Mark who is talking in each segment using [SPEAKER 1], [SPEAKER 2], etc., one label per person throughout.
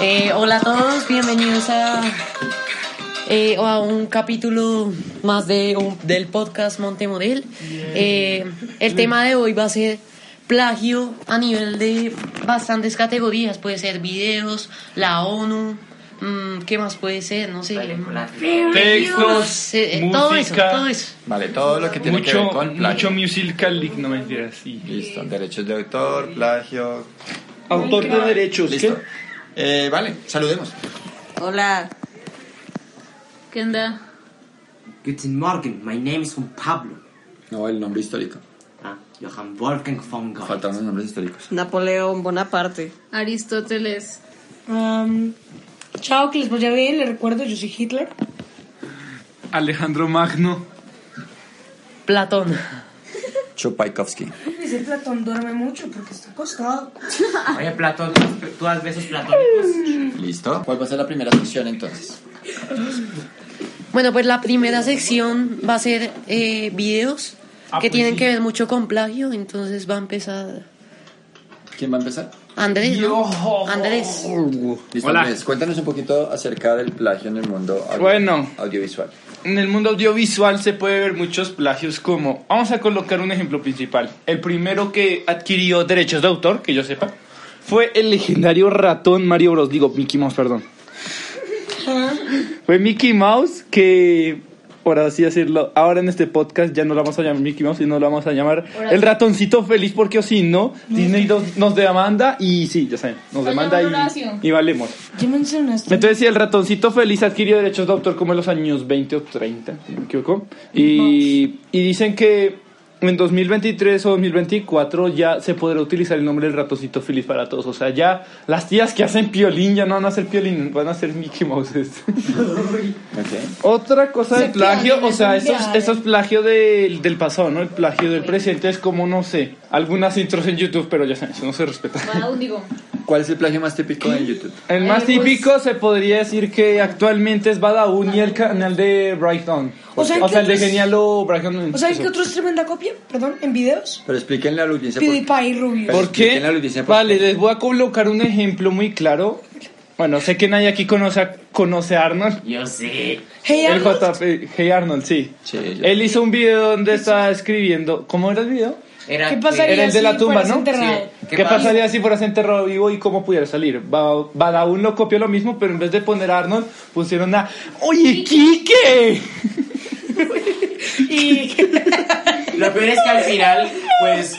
[SPEAKER 1] Eh, Hola a todos, bienvenidos a, eh, a un capítulo más de, un- del podcast Montemodel. Eh, el tema de hoy va a ser plagio a nivel de bastantes categorías. Puede ser videos, la ONU, mm, ¿qué más puede ser? No sé.
[SPEAKER 2] Textos,
[SPEAKER 1] Sí, eh,
[SPEAKER 2] música,
[SPEAKER 1] todo eso, todo eso.
[SPEAKER 3] Vale, todo lo que tiene que ver
[SPEAKER 2] mucho,
[SPEAKER 3] con
[SPEAKER 2] mucho
[SPEAKER 3] plagio.
[SPEAKER 2] musical leak, no mentiras, sí.
[SPEAKER 3] Listo, derechos de autor, plagio.
[SPEAKER 4] Autor de derechos.
[SPEAKER 3] Listo.
[SPEAKER 4] ¿qué?
[SPEAKER 3] Eh, vale, saludemos.
[SPEAKER 5] Hola.
[SPEAKER 6] ¿Qué onda?
[SPEAKER 5] Guten Morgen, my name is Juan Pablo.
[SPEAKER 3] No, el nombre histórico.
[SPEAKER 5] Ah, Johann Wolfgang von Goethe.
[SPEAKER 3] Faltaron los nombres históricos.
[SPEAKER 7] Napoleón Bonaparte.
[SPEAKER 6] Aristóteles.
[SPEAKER 8] Am, chao, que les vaya bien. Les recuerdo, yo soy Hitler.
[SPEAKER 2] Alejandro Magno,
[SPEAKER 1] Platón.
[SPEAKER 3] Chupaikovsky.
[SPEAKER 8] Ese Platón duerme mucho porque está acostado.
[SPEAKER 5] Oye, Platón, ¿tú has- ¿tú has besos platónicos?
[SPEAKER 3] Listo. ¿Cuál va a ser la primera sección entonces?
[SPEAKER 1] Bueno, pues la primera sección va a ser eh, videos
[SPEAKER 2] Ah,
[SPEAKER 1] que
[SPEAKER 2] pues
[SPEAKER 1] tienen
[SPEAKER 2] sí.
[SPEAKER 1] que ver mucho con plagio, entonces va a empezar
[SPEAKER 3] ¿Quién va a empezar?
[SPEAKER 1] Andrés. ¿no?
[SPEAKER 2] Yo.
[SPEAKER 1] Andrés.
[SPEAKER 3] Listo,
[SPEAKER 2] Hola.
[SPEAKER 3] Andrés, cuéntanos un poquito acerca del plagio en el mundo audio-
[SPEAKER 2] Bueno.
[SPEAKER 3] audiovisual.
[SPEAKER 2] En el mundo audiovisual se puede ver muchos plagios como, vamos a colocar un ejemplo principal. El primero que adquirió derechos de autor, que yo sepa, fue el legendario ratón Mario Bros. Digo, Mickey Mouse, perdón. fue Mickey Mouse que, por así decirlo, ahora en este podcast ya no lo vamos a llamar Mickey Mouse, sino lo vamos a llamar el ratoncito feliz, porque o si no, Disney nos- nos demanda y sí, ya saben, nos
[SPEAKER 6] Lo
[SPEAKER 2] demanda
[SPEAKER 6] llaman
[SPEAKER 2] y,
[SPEAKER 6] Horacio.
[SPEAKER 2] y valemos.
[SPEAKER 8] Ya mencionaste.
[SPEAKER 2] Entonces, si el ratoncito feliz adquirió derechos de autor como en los años 20 o 30, si no me equivoco. Y, y dicen que en 2023 o 2024 ya se podrá utilizar el nombre del ratoncito feliz para todos. O sea, ya las tías que hacen piolín ya no van a hacer piolín, van a hacer Mickey Mouse.
[SPEAKER 3] Ok.
[SPEAKER 2] Otra cosa de
[SPEAKER 8] Se
[SPEAKER 2] plagio, o
[SPEAKER 8] plagian,
[SPEAKER 2] sea,
[SPEAKER 8] es un
[SPEAKER 2] esos,
[SPEAKER 8] viaje.
[SPEAKER 2] esos plagios del, del pasado, ¿no? El plagio del presente es como, no sé, algunas intros en YouTube, pero ya saben, eso no se respeta.
[SPEAKER 6] Wow, digo.
[SPEAKER 3] ¿Cuál es el plagio más típico en YouTube?
[SPEAKER 2] El más
[SPEAKER 6] Eh, pues-
[SPEAKER 2] típico se podría decir que actualmente es Badaun y el canal de Brighton.
[SPEAKER 8] O sea,
[SPEAKER 2] el
[SPEAKER 8] que
[SPEAKER 2] de
[SPEAKER 8] otros-
[SPEAKER 2] Genial o Brighton.
[SPEAKER 8] ¿O saben qué otro es tremenda copia? Perdón, en videos.
[SPEAKER 3] Pero explíquenle a la audiencia por qué.
[SPEAKER 8] PewDiePie y Rubius.
[SPEAKER 2] ¿Por qué?
[SPEAKER 3] Expliquen a la audiencia por
[SPEAKER 2] Vale,
[SPEAKER 3] qué.
[SPEAKER 2] les voy a colocar un ejemplo muy claro. Bueno, sé que nadie aquí conoce a, conoce a Arnold.
[SPEAKER 5] Yo sí.
[SPEAKER 8] Hey,
[SPEAKER 2] el
[SPEAKER 8] Arnold.
[SPEAKER 2] JP, Hey Arnold, sí.
[SPEAKER 3] Sí, ya.
[SPEAKER 2] Él hizo un video donde estaba escribiendo. ¿Cómo era el video?
[SPEAKER 5] Era
[SPEAKER 8] ¿Qué
[SPEAKER 5] que-
[SPEAKER 8] pasaría?
[SPEAKER 2] Era el de la
[SPEAKER 8] si
[SPEAKER 2] tumba,
[SPEAKER 8] fueras
[SPEAKER 2] ¿no?
[SPEAKER 8] enterrado?
[SPEAKER 2] ¿Qué,
[SPEAKER 5] ¿Qué
[SPEAKER 2] pasaría si fueras enterrado vivo y cómo pudiera salir? Ba- Badaún lo copió lo mismo, pero en vez de poner a Arnold, pusieron a... ¡Oye, Quique!
[SPEAKER 5] Lo peor es que al final, pues.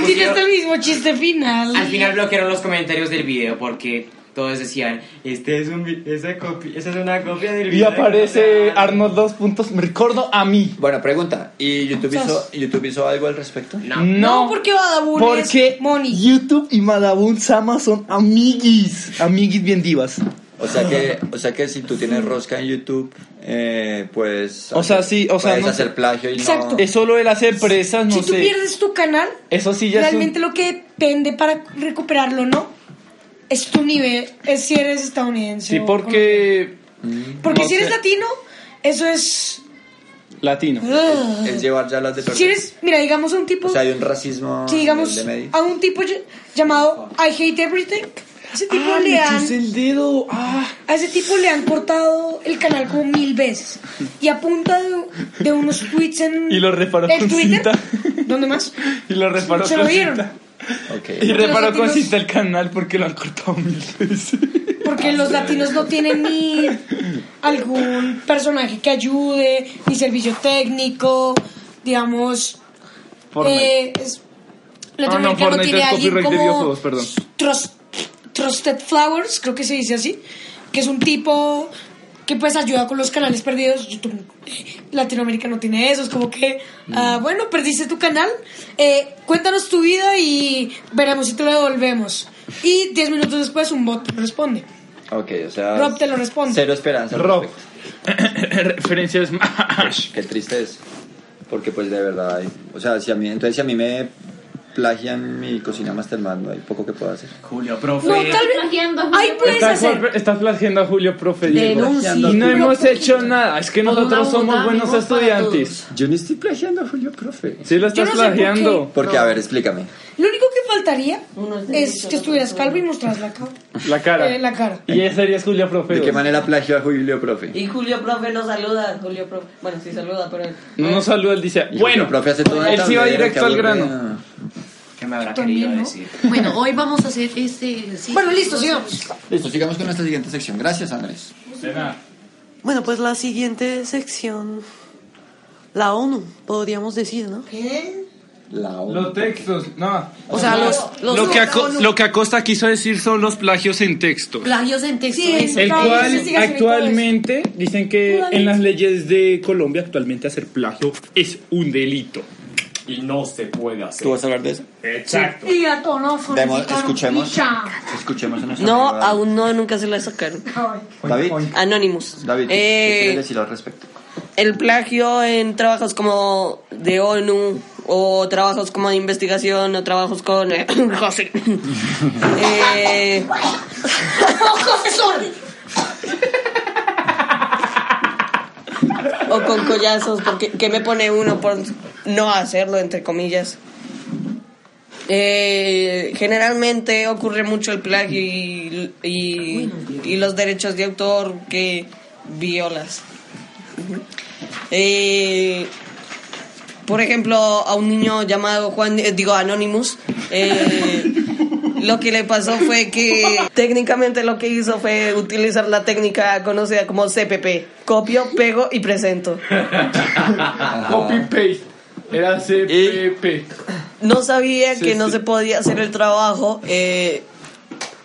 [SPEAKER 5] pusieron-
[SPEAKER 8] Tienes el mismo chiste final.
[SPEAKER 5] al final bloquearon los comentarios del video porque todos decían: Este es un. vi- Esa, copia, esa es una copia del
[SPEAKER 2] Y
[SPEAKER 5] video.
[SPEAKER 2] aparece Arnold dos puntos. Me recuerdo a mí.
[SPEAKER 3] Bueno, pregunta. ¿Y YouTube hizo,
[SPEAKER 8] Sos.
[SPEAKER 3] YouTube hizo algo al respecto?
[SPEAKER 5] No.
[SPEAKER 8] No, porque Badabun
[SPEAKER 2] porque
[SPEAKER 8] es Moni.
[SPEAKER 2] YouTube y Madabun Sama son amiguis. Amiguis bien divas.
[SPEAKER 3] O sea que, o sea que si tú tienes rosca en YouTube, eh, pues.
[SPEAKER 2] O sea, sí, o sea,
[SPEAKER 3] puedes
[SPEAKER 2] no-
[SPEAKER 3] hacer plagio y
[SPEAKER 8] Exacto.
[SPEAKER 3] no.
[SPEAKER 2] Es solo él hacer presas, no
[SPEAKER 8] si tú
[SPEAKER 2] sé.
[SPEAKER 8] pierdes tu canal,
[SPEAKER 2] Eso sí ya es un-
[SPEAKER 8] realmente lo que depende para recuperarlo, ¿no? Es tu nivel, es si eres estadounidense.
[SPEAKER 2] Sí,
[SPEAKER 8] o
[SPEAKER 2] porque...
[SPEAKER 8] colombiano. Porque
[SPEAKER 2] no
[SPEAKER 8] si eres
[SPEAKER 2] sé.
[SPEAKER 8] latino, eso es.
[SPEAKER 2] Latino.
[SPEAKER 8] Ugh.
[SPEAKER 3] Es llevar ya las de perder.
[SPEAKER 8] Si eres, mira, digamos un tipo.
[SPEAKER 3] O sea, hay un racismo.
[SPEAKER 8] si digamos ah,
[SPEAKER 3] a nivel Ah, de medio.
[SPEAKER 8] a un tipo ll- llamado I hate everything, ese tipo
[SPEAKER 2] Ah,
[SPEAKER 8] le
[SPEAKER 2] le
[SPEAKER 8] han,
[SPEAKER 2] puse el dedo. Ah.
[SPEAKER 8] a ese tipo le han cortado el canal como mil veces. Y a punta de, de unos tweets en.
[SPEAKER 2] Y lo reparó
[SPEAKER 8] en
[SPEAKER 2] con
[SPEAKER 8] Twitter.
[SPEAKER 2] cinta.
[SPEAKER 8] ¿Dónde más?
[SPEAKER 2] Y lo reparó
[SPEAKER 8] Se lo
[SPEAKER 2] con
[SPEAKER 8] dieron.
[SPEAKER 2] cinta.
[SPEAKER 3] Ok.
[SPEAKER 2] Y
[SPEAKER 8] Porque los
[SPEAKER 2] reparó con
[SPEAKER 8] latinos-
[SPEAKER 2] cinta el canal porque lo han cortado mil veces.
[SPEAKER 8] Porque los latinos no tienen ni algún personaje que ayude, ni servicio técnico, digamos.
[SPEAKER 2] Fortnite.
[SPEAKER 8] eh, es-
[SPEAKER 2] Ah, no,
[SPEAKER 8] Latinoamericano
[SPEAKER 2] Fortnite
[SPEAKER 8] tiene
[SPEAKER 2] es
[SPEAKER 8] alguien
[SPEAKER 2] copyright de
[SPEAKER 8] como
[SPEAKER 2] videojuegos, perdón.
[SPEAKER 8] Trust- Trusted Flowers, creo que se dice así, que es un tipo que pues ayuda con los canales perdidos. YouTube eh, Latinoamérica no tiene eso, es como que, ah,
[SPEAKER 2] Mm.
[SPEAKER 8] bueno, perdiste tu canal, eh, cuéntanos tu vida y veremos si te lo devolvemos. Y 10 minutos después un bot te responde.
[SPEAKER 3] Ok, o sea.
[SPEAKER 8] Rob te lo responde.
[SPEAKER 3] Cero esperanza. al
[SPEAKER 2] Rob.
[SPEAKER 3] respecto.
[SPEAKER 2] Referencia Smash.
[SPEAKER 3] Qué triste es. Porque, pues, de verdad. hay- O sea, si a mí, entonces, si a mí me plagian mi cocina mastermind, no hay poco que pueda hacer.
[SPEAKER 5] Julio,
[SPEAKER 8] No,
[SPEAKER 5] profe.
[SPEAKER 8] tal vez.
[SPEAKER 6] Plagiando.
[SPEAKER 8] Ahí puedes
[SPEAKER 2] Estás,
[SPEAKER 8] hacer.
[SPEAKER 2] estás plagiando a Julio, profe. Diego.
[SPEAKER 1] Denuncia.
[SPEAKER 2] Y no hemos hecho nada. Es que
[SPEAKER 1] Por
[SPEAKER 2] nosotros
[SPEAKER 1] una
[SPEAKER 2] somos
[SPEAKER 1] bondad,
[SPEAKER 2] buenos
[SPEAKER 1] amigos, para
[SPEAKER 2] estudiantes.
[SPEAKER 3] Yo no estoy plagiando a Julio, profe.
[SPEAKER 2] Sí lo estás
[SPEAKER 8] no sé por
[SPEAKER 2] plagiando.
[SPEAKER 3] Porque, a ver, explícame.
[SPEAKER 8] Lo único que faltaría
[SPEAKER 1] Uno es de
[SPEAKER 8] es
[SPEAKER 1] derecho,
[SPEAKER 8] que
[SPEAKER 1] el otro
[SPEAKER 8] estuvieras
[SPEAKER 1] es
[SPEAKER 8] calvo y mostraras la cara.
[SPEAKER 2] La cara.
[SPEAKER 8] Eh, la cara.
[SPEAKER 2] Y ese sería Julio, profe.
[SPEAKER 3] ¿De qué
[SPEAKER 2] dos.
[SPEAKER 3] manera plagio a Julio, profe?
[SPEAKER 7] Y Julio Profe no saluda, Julio Profe. Bueno, sí saluda, pero.
[SPEAKER 2] No nos saluda, él dice.
[SPEAKER 3] Y
[SPEAKER 2] Bueno,
[SPEAKER 3] Julio, profe hace todo
[SPEAKER 2] él
[SPEAKER 3] el
[SPEAKER 2] sí va
[SPEAKER 3] tablero,
[SPEAKER 2] directo
[SPEAKER 3] qué
[SPEAKER 2] al
[SPEAKER 3] aburrido.
[SPEAKER 2] grano.
[SPEAKER 5] ¿Qué me habrá
[SPEAKER 8] También,
[SPEAKER 5] querido
[SPEAKER 8] ¿no?
[SPEAKER 5] decir?
[SPEAKER 1] Bueno, hoy vamos a hacer este ejercicio.
[SPEAKER 8] Bueno, listo, sigamos.
[SPEAKER 3] Listo, sigamos con nuestra siguiente sección. Gracias, Andrés.
[SPEAKER 7] Bueno, pues la siguiente sección. La ONU, podríamos decir, ¿no?
[SPEAKER 3] La
[SPEAKER 2] Los textos, no.
[SPEAKER 1] O sea, los, los
[SPEAKER 2] Lo que, Aco- lo que Acosta quiso decir son los plagios en textos.
[SPEAKER 1] plagios en texto.
[SPEAKER 8] Sí,
[SPEAKER 1] eso.
[SPEAKER 2] El
[SPEAKER 8] Claro,
[SPEAKER 2] cual
[SPEAKER 8] investigación y todo
[SPEAKER 2] actualmente dicen que en las leyes de Colombia actualmente hacer plagio es un delito. Y no se puede hacer.
[SPEAKER 3] ¿Tú vas a hablar de eso?
[SPEAKER 2] Exacto.
[SPEAKER 8] Y a tono
[SPEAKER 3] Demo-
[SPEAKER 8] fonético,
[SPEAKER 3] escuchemos.
[SPEAKER 8] picha.
[SPEAKER 3] Escuchemos a nuestro
[SPEAKER 7] No,
[SPEAKER 3] amigo David.
[SPEAKER 7] aún no, nunca se la sacaron.
[SPEAKER 8] Ay.
[SPEAKER 3] David,
[SPEAKER 7] Anonymous.
[SPEAKER 3] David, ¿qué- ¿qué
[SPEAKER 7] Eh,
[SPEAKER 3] quieres decir al respecto?
[SPEAKER 7] el plagio en trabajos como de ONU o trabajos como de investigación o trabajos con eh, José. Eh, o con collazos porque que me pone uno por no hacerlo entre comillas Eh, generalmente ocurre mucho el plagio y, y, y los derechos de autor que violas eh, por ejemplo, a un niño llamado Juan, eh, digo Anonymous, eh, lo que le pasó fue que técnicamente lo que hizo fue utilizar la técnica conocida como CPP, copio, pego y presento.
[SPEAKER 2] ah, Copy paste. Era CPP.
[SPEAKER 7] No sabía
[SPEAKER 2] Sí,
[SPEAKER 7] que no
[SPEAKER 2] sí.
[SPEAKER 7] se podía hacer el trabajo eh,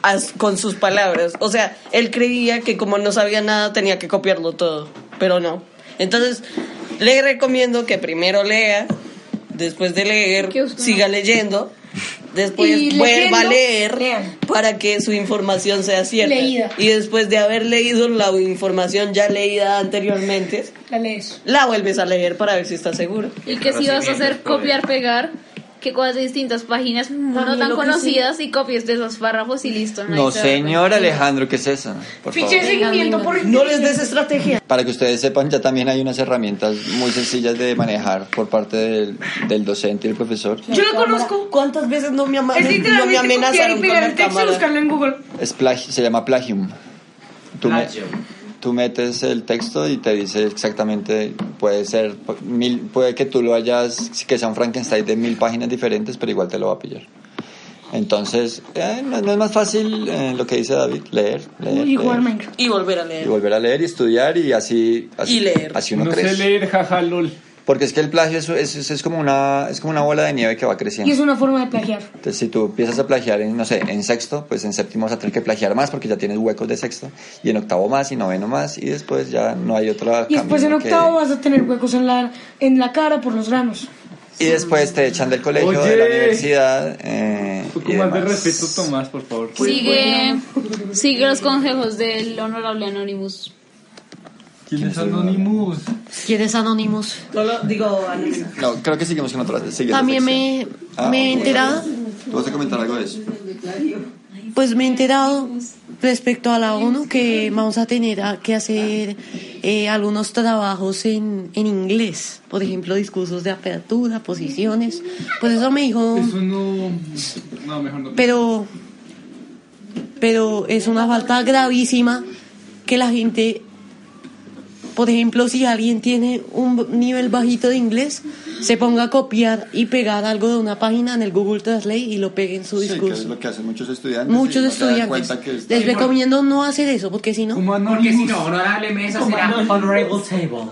[SPEAKER 7] as- con sus palabras. O sea, él creía que como no sabía nada tenía que copiarlo todo, pero no. Entonces, le recomiendo que primero lea, después de leer,
[SPEAKER 6] Que usted
[SPEAKER 7] siga leyendo, después
[SPEAKER 8] Y
[SPEAKER 7] vuelva a
[SPEAKER 8] leyendo,
[SPEAKER 7] leer
[SPEAKER 8] lean.
[SPEAKER 7] para que su información sea cierta.
[SPEAKER 8] Leída.
[SPEAKER 7] Y después de haber leído la información ya leída anteriormente,
[SPEAKER 8] La lees.
[SPEAKER 7] la vuelves a leer para ver si está seguro.
[SPEAKER 2] pues.
[SPEAKER 6] Y que si vas a
[SPEAKER 3] eh.
[SPEAKER 5] Conocimiento,
[SPEAKER 6] hacer copiar, pegar, que cojas de distintas páginas no
[SPEAKER 2] pues
[SPEAKER 6] tan
[SPEAKER 1] lo que sí.
[SPEAKER 6] conocidas y copies de esos párrafos y listo. nadie
[SPEAKER 3] No,
[SPEAKER 6] se da cuenta.
[SPEAKER 3] señor Alejandro, ¿qué es eso? Por
[SPEAKER 8] Fiche de
[SPEAKER 3] favor.
[SPEAKER 8] seguimiento por
[SPEAKER 7] No les des estrategia.
[SPEAKER 3] Para que ustedes sepan, ya también hay unas herramientas muy sencillas de manejar por parte del, del docente y el profesor.
[SPEAKER 7] Yo lo conozco. ¿Cuántas veces no me, ama-
[SPEAKER 8] Es
[SPEAKER 7] no me
[SPEAKER 8] literalmente copiar
[SPEAKER 7] amenazaron
[SPEAKER 8] y
[SPEAKER 7] con
[SPEAKER 8] pegar
[SPEAKER 7] la
[SPEAKER 8] el texto y
[SPEAKER 7] cámara?
[SPEAKER 8] buscarlo en Google.
[SPEAKER 3] Es plagi- se llama plagium. Tú, me-
[SPEAKER 5] Plagio.
[SPEAKER 3] tú metes el texto y te dice exactamente, puede ser pu- mil, puede que tú lo hayas, que sea un Frankenstein de mil páginas diferentes, pero igual te lo va a pillar. Entonces, eh, no, no es más fácil eh, lo que dice David, leer,
[SPEAKER 8] Eh,
[SPEAKER 3] leer, leer,
[SPEAKER 7] Y volver a
[SPEAKER 3] y
[SPEAKER 7] leer.
[SPEAKER 3] volver a leer y estudiar y así, así
[SPEAKER 7] Y leer.
[SPEAKER 3] Así uno
[SPEAKER 2] No
[SPEAKER 3] crece.
[SPEAKER 2] sé leer, jaja, lol.
[SPEAKER 3] Porque es que el plagio es, es, es como una, es como una bola de nieve que va
[SPEAKER 8] Y es
[SPEAKER 3] creciendo.
[SPEAKER 8] una forma de plagiar.
[SPEAKER 3] Entonces, si tú empiezas a plagiar en, no sé, en sexto, pues en séptimo vas a tener que plagiar más porque ya tienes huecos de sexto. Y en octavo más y noveno más. Y después ya no hay otra.
[SPEAKER 8] Y después en
[SPEAKER 3] camino que-
[SPEAKER 8] octavo vas a tener huecos en la, en la cara por los granos.
[SPEAKER 3] Y después te echan del colegio,
[SPEAKER 2] Oye.
[SPEAKER 3] de la universidad. eh,
[SPEAKER 2] Tú
[SPEAKER 3] y
[SPEAKER 2] con más de
[SPEAKER 3] demás.
[SPEAKER 2] respeto, Tomás, por favor.
[SPEAKER 6] Sigue,
[SPEAKER 2] Pues
[SPEAKER 6] sigue los consejos del honorable Anonymous.
[SPEAKER 2] ¿Quién es Anonymous?
[SPEAKER 1] ¿Quién es Anonymous?
[SPEAKER 7] Solo digo anónimo.
[SPEAKER 3] No, creo que seguimos con otra. siguiente
[SPEAKER 1] También me,
[SPEAKER 3] sección. Ah,
[SPEAKER 1] me he
[SPEAKER 3] bueno.
[SPEAKER 1] enterado,
[SPEAKER 3] ¿Tú vas a comentar algo de eso?
[SPEAKER 1] pues me he enterado respecto a la ONU que vamos a tener a- que hacer eh, algunos trabajos en, en inglés, por ejemplo, discursos de apertura, posiciones, pues eso me dijo,
[SPEAKER 2] Eso no. No, mejor no.
[SPEAKER 1] pero, pero es una falta gravísima que la gente, por ejemplo, si alguien tiene un nivel bajito de inglés, se ponga a copiar y pegar algo de una página en el Google Translate y lo pegue en su discurso.
[SPEAKER 3] que hacen muchos estudiantes.
[SPEAKER 1] Muchos estudiantes. Les recomiendo no hacer eso, porque si no,
[SPEAKER 2] Como
[SPEAKER 5] Porque si no,
[SPEAKER 2] Anonymous.
[SPEAKER 5] honorable mesa será honorable table.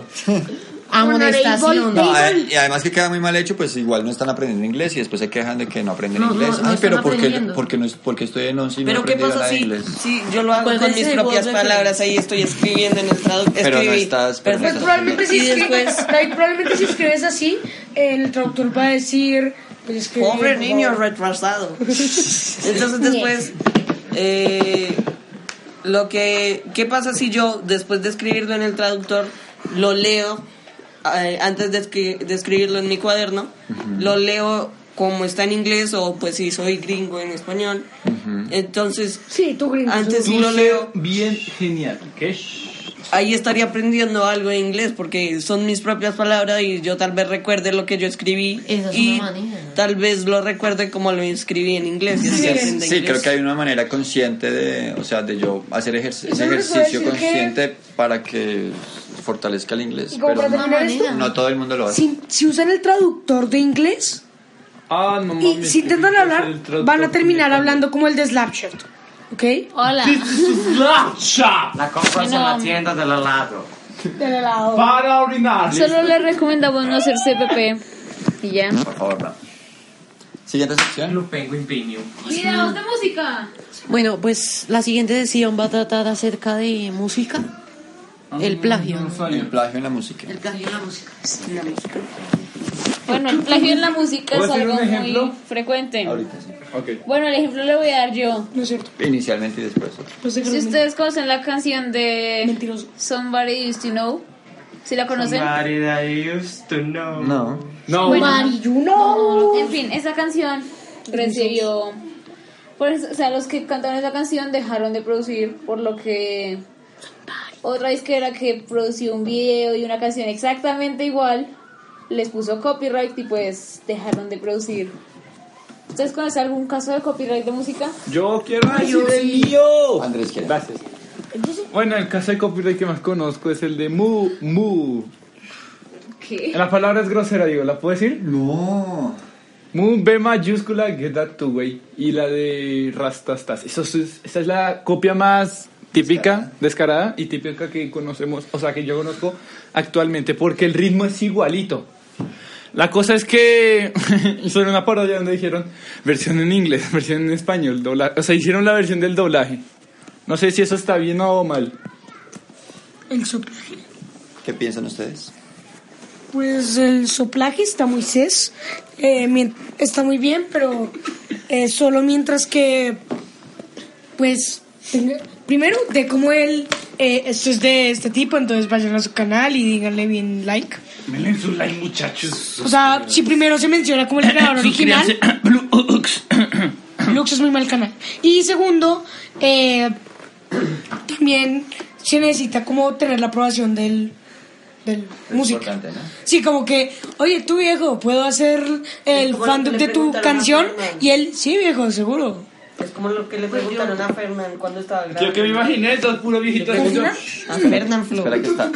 [SPEAKER 1] amonestación.
[SPEAKER 3] No, a- y además que queda muy mal hecho, pues igual no están aprendiendo inglés y después se quejan de que no aprenden
[SPEAKER 1] No, no,
[SPEAKER 3] inglés.
[SPEAKER 1] no
[SPEAKER 3] Ay,
[SPEAKER 1] están
[SPEAKER 3] pero ¿por qué,
[SPEAKER 1] aprendiendo.
[SPEAKER 3] por qué no es- por qué estoy en 11 y no he
[SPEAKER 7] Pero ¿qué
[SPEAKER 3] aprendido
[SPEAKER 7] pasa
[SPEAKER 3] nada de
[SPEAKER 7] si,
[SPEAKER 3] inglés?
[SPEAKER 7] si yo lo hago
[SPEAKER 1] Pues
[SPEAKER 7] con
[SPEAKER 1] ese
[SPEAKER 7] mis
[SPEAKER 1] es
[SPEAKER 7] propias
[SPEAKER 1] el
[SPEAKER 7] palabras? Ahí estoy escribiendo en el traductor.
[SPEAKER 3] Pero no estás- pero no
[SPEAKER 8] Pues
[SPEAKER 3] estás-
[SPEAKER 8] probablemente si,
[SPEAKER 7] Y después-
[SPEAKER 8] escribes, David, probablemente si escribes así, el traductor va a decir... Pues escribe,
[SPEAKER 7] Pobre
[SPEAKER 8] por
[SPEAKER 7] niño
[SPEAKER 8] favor.
[SPEAKER 7] retrasado. Entonces después, eh, lo que, ¿qué pasa si yo después de escribirlo en el traductor lo leo eh, antes de, escri- de escribirlo en mi cuaderno, lo leo como está en inglés o pues si soy gringo en español. Entonces,
[SPEAKER 8] Sí, tú
[SPEAKER 3] Ah,
[SPEAKER 8] gringo.
[SPEAKER 7] antes
[SPEAKER 4] Tú
[SPEAKER 7] lo
[SPEAKER 4] sé
[SPEAKER 7] leo,
[SPEAKER 4] Bien genial.
[SPEAKER 2] ¿Qué?
[SPEAKER 7] ahí estaría aprendiendo algo en inglés porque son mis propias palabras y yo tal vez recuerde lo que yo escribí
[SPEAKER 1] Esa es
[SPEAKER 7] y
[SPEAKER 1] una manera.
[SPEAKER 7] tal vez lo recuerde como lo escribí en inglés. y así aprende
[SPEAKER 3] Sí,
[SPEAKER 7] inglés.
[SPEAKER 3] creo que hay una manera consciente de, o sea, de yo hacer ejerc- ese
[SPEAKER 8] Yo creo que puedo
[SPEAKER 3] ejercicio
[SPEAKER 8] decir que-
[SPEAKER 3] consciente para que fortalezca el inglés.
[SPEAKER 8] Y como
[SPEAKER 3] Pero
[SPEAKER 8] para
[SPEAKER 3] no,
[SPEAKER 8] terminar esto,
[SPEAKER 3] no todo el mundo lo hace.
[SPEAKER 8] si, si usan el traductor de inglés
[SPEAKER 2] Ah, no
[SPEAKER 8] y
[SPEAKER 2] mames.
[SPEAKER 8] si intentan
[SPEAKER 2] que
[SPEAKER 8] hablar,
[SPEAKER 2] el traductor
[SPEAKER 8] van a terminar
[SPEAKER 2] tiene-
[SPEAKER 8] hablando como el de Slapshot. ¿Ok?
[SPEAKER 6] Hola.
[SPEAKER 2] ¡Slacha!
[SPEAKER 5] La compras
[SPEAKER 6] No.
[SPEAKER 5] en la tienda del helado.
[SPEAKER 2] Para orinar.
[SPEAKER 6] Solo le recomendamos no hacer CPP. Y ya.
[SPEAKER 3] Por favor, no. Siguiente sección.
[SPEAKER 5] Blue Penguin Premium.
[SPEAKER 6] Videos de música.
[SPEAKER 1] Bueno, pues la siguiente sesión va a tratar acerca de música. El plagio. Ah, ¿no?
[SPEAKER 3] El plagio en la música.
[SPEAKER 1] El plagio en la música.
[SPEAKER 6] Bueno, el plagio en la música es
[SPEAKER 2] ¿Puedo hacer
[SPEAKER 6] algo
[SPEAKER 2] un ejemplo?
[SPEAKER 6] muy frecuente.
[SPEAKER 3] Ahorita sí.
[SPEAKER 2] Ok.
[SPEAKER 6] Bueno, el ejemplo le voy a dar yo.
[SPEAKER 8] No es cierto.
[SPEAKER 3] Inicialmente y después.
[SPEAKER 8] Pues de
[SPEAKER 6] Si ustedes conocen la canción de
[SPEAKER 8] mentiroso.
[SPEAKER 6] Somebody Used to Know, si la conocen.
[SPEAKER 5] Somebody that I used to know.
[SPEAKER 3] No.
[SPEAKER 2] No,
[SPEAKER 8] Mariyuno.
[SPEAKER 6] Oh, En fin, esa canción recibió. Por eso, o sea, los que cantaron esa canción dejaron de producir, por lo que otra disquera que produció un video y una canción exactamente igual les puso copyright y pues dejaron de producir. ¿Ustedes conocen algún caso de copyright de música?
[SPEAKER 2] yo quiero decir el mío.
[SPEAKER 3] Andrés quiere.
[SPEAKER 2] Gracias. Bueno, el caso de copyright que más conozco es el de mu, mu.
[SPEAKER 6] ¿Qué?
[SPEAKER 2] La palabra es grosera, digo, ¿la puedo decir?
[SPEAKER 3] No.
[SPEAKER 2] Mu, B mayúscula, get that to way. Y la de rastastas. Eso es- esa es la copia más típica, descarada y típica que conocemos, o sea, que yo conozco actualmente, porque el ritmo es igualito. La cosa es que hicieron una parodia donde dijeron versión en inglés, versión en español, dobla- o sea, hicieron la versión del doblaje. No sé si eso está bien o mal.
[SPEAKER 8] El soplaje.
[SPEAKER 3] ¿Qué piensan ustedes?
[SPEAKER 8] Pues el soplaje está muy ses. eh, mien- está muy bien, pero eh, solo mientras que. Pues. tenga- primero, de cómo él. eh, esto es de este tipo, entonces vayan a su canal y díganle bien like.
[SPEAKER 4] Melen su like, muchachos.
[SPEAKER 8] O sea, si primero se menciona como el creador original.
[SPEAKER 4] Suscríbanse. Blue Ox.
[SPEAKER 8] Lux es muy mal canal. Y segundo, eh, también se necesita como tener la aprobación del, del músico.
[SPEAKER 3] importante, ¿no?
[SPEAKER 8] Sí, como que, oye, tú viejo, ¿puedo hacer
[SPEAKER 7] Es
[SPEAKER 8] el
[SPEAKER 7] como lo que
[SPEAKER 8] fandom
[SPEAKER 7] le
[SPEAKER 8] de tu
[SPEAKER 7] preguntaron a
[SPEAKER 8] canción?
[SPEAKER 7] Fernan.
[SPEAKER 8] Y él, sí, viejo, seguro.
[SPEAKER 7] Es como lo que le preguntaron a Fernán cuando estaba grabando.
[SPEAKER 4] Yo que me imaginé, estos puro viejito de
[SPEAKER 7] ¿Fernán? A Fernán Flo.
[SPEAKER 3] Espera que está.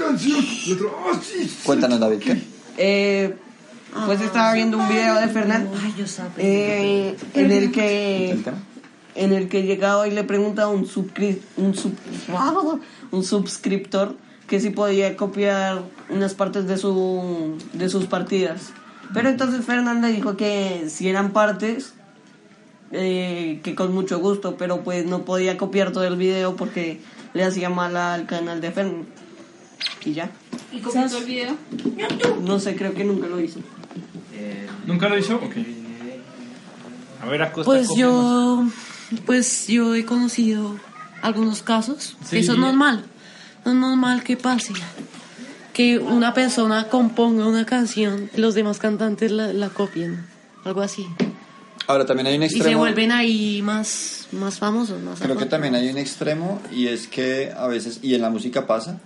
[SPEAKER 3] Cuéntanos, David, ¿qué?
[SPEAKER 7] Eh, pues estaba viendo un video de Fernán eh, en el
[SPEAKER 8] Eh,
[SPEAKER 7] que
[SPEAKER 3] ¿El tema?
[SPEAKER 7] en el que llegaba y le pregunta a un subcri- un sub- un suscriptor que si podía copiar unas partes de su de sus partidas. Pero entonces Fernán le dijo que si eran partes eh, que con mucho gusto, pero pues no podía copiar todo el video porque le hacía mal al canal de Fernán. Y ya.
[SPEAKER 6] ¿Y cómo el video?
[SPEAKER 7] No sé, creo que nunca lo hizo.
[SPEAKER 2] ¿Nunca lo hizo? Ok. A ver, a costa
[SPEAKER 1] Pues yo, pues yo he conocido algunos casos. que Eso es normal. No es normal que pase. Que una persona componga una canción y los demás cantantes la, la copien. Algo así.
[SPEAKER 3] Ahora también hay un
[SPEAKER 1] Y se
[SPEAKER 3] extremo.
[SPEAKER 1] vuelven ahí más, más famosos. Más
[SPEAKER 3] Creo que también hay un extremo y es que a veces, y en la música pasa,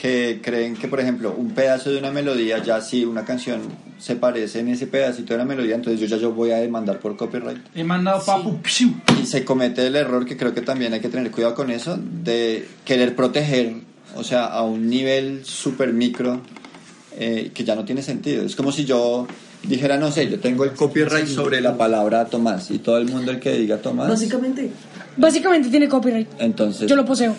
[SPEAKER 3] que creen que por ejemplo un pedazo de una melodía, ya si una canción se parece en ese pedacito de la melodía, entonces yo ya yo voy a demandar por copyright.
[SPEAKER 2] He mandado papu. psiu.
[SPEAKER 3] Y se comete el error que creo que también hay que tener cuidado con eso, de querer proteger, o sea, a un nivel súper micro eh, que ya no tiene sentido. Es como si yo dijera, no sé, yo tengo el copyright sobre la palabra Tomás y todo el mundo el que diga Tomás.
[SPEAKER 7] Básicamente.
[SPEAKER 8] Básicamente tiene copyright.
[SPEAKER 3] Entonces,
[SPEAKER 8] Yo lo poseo.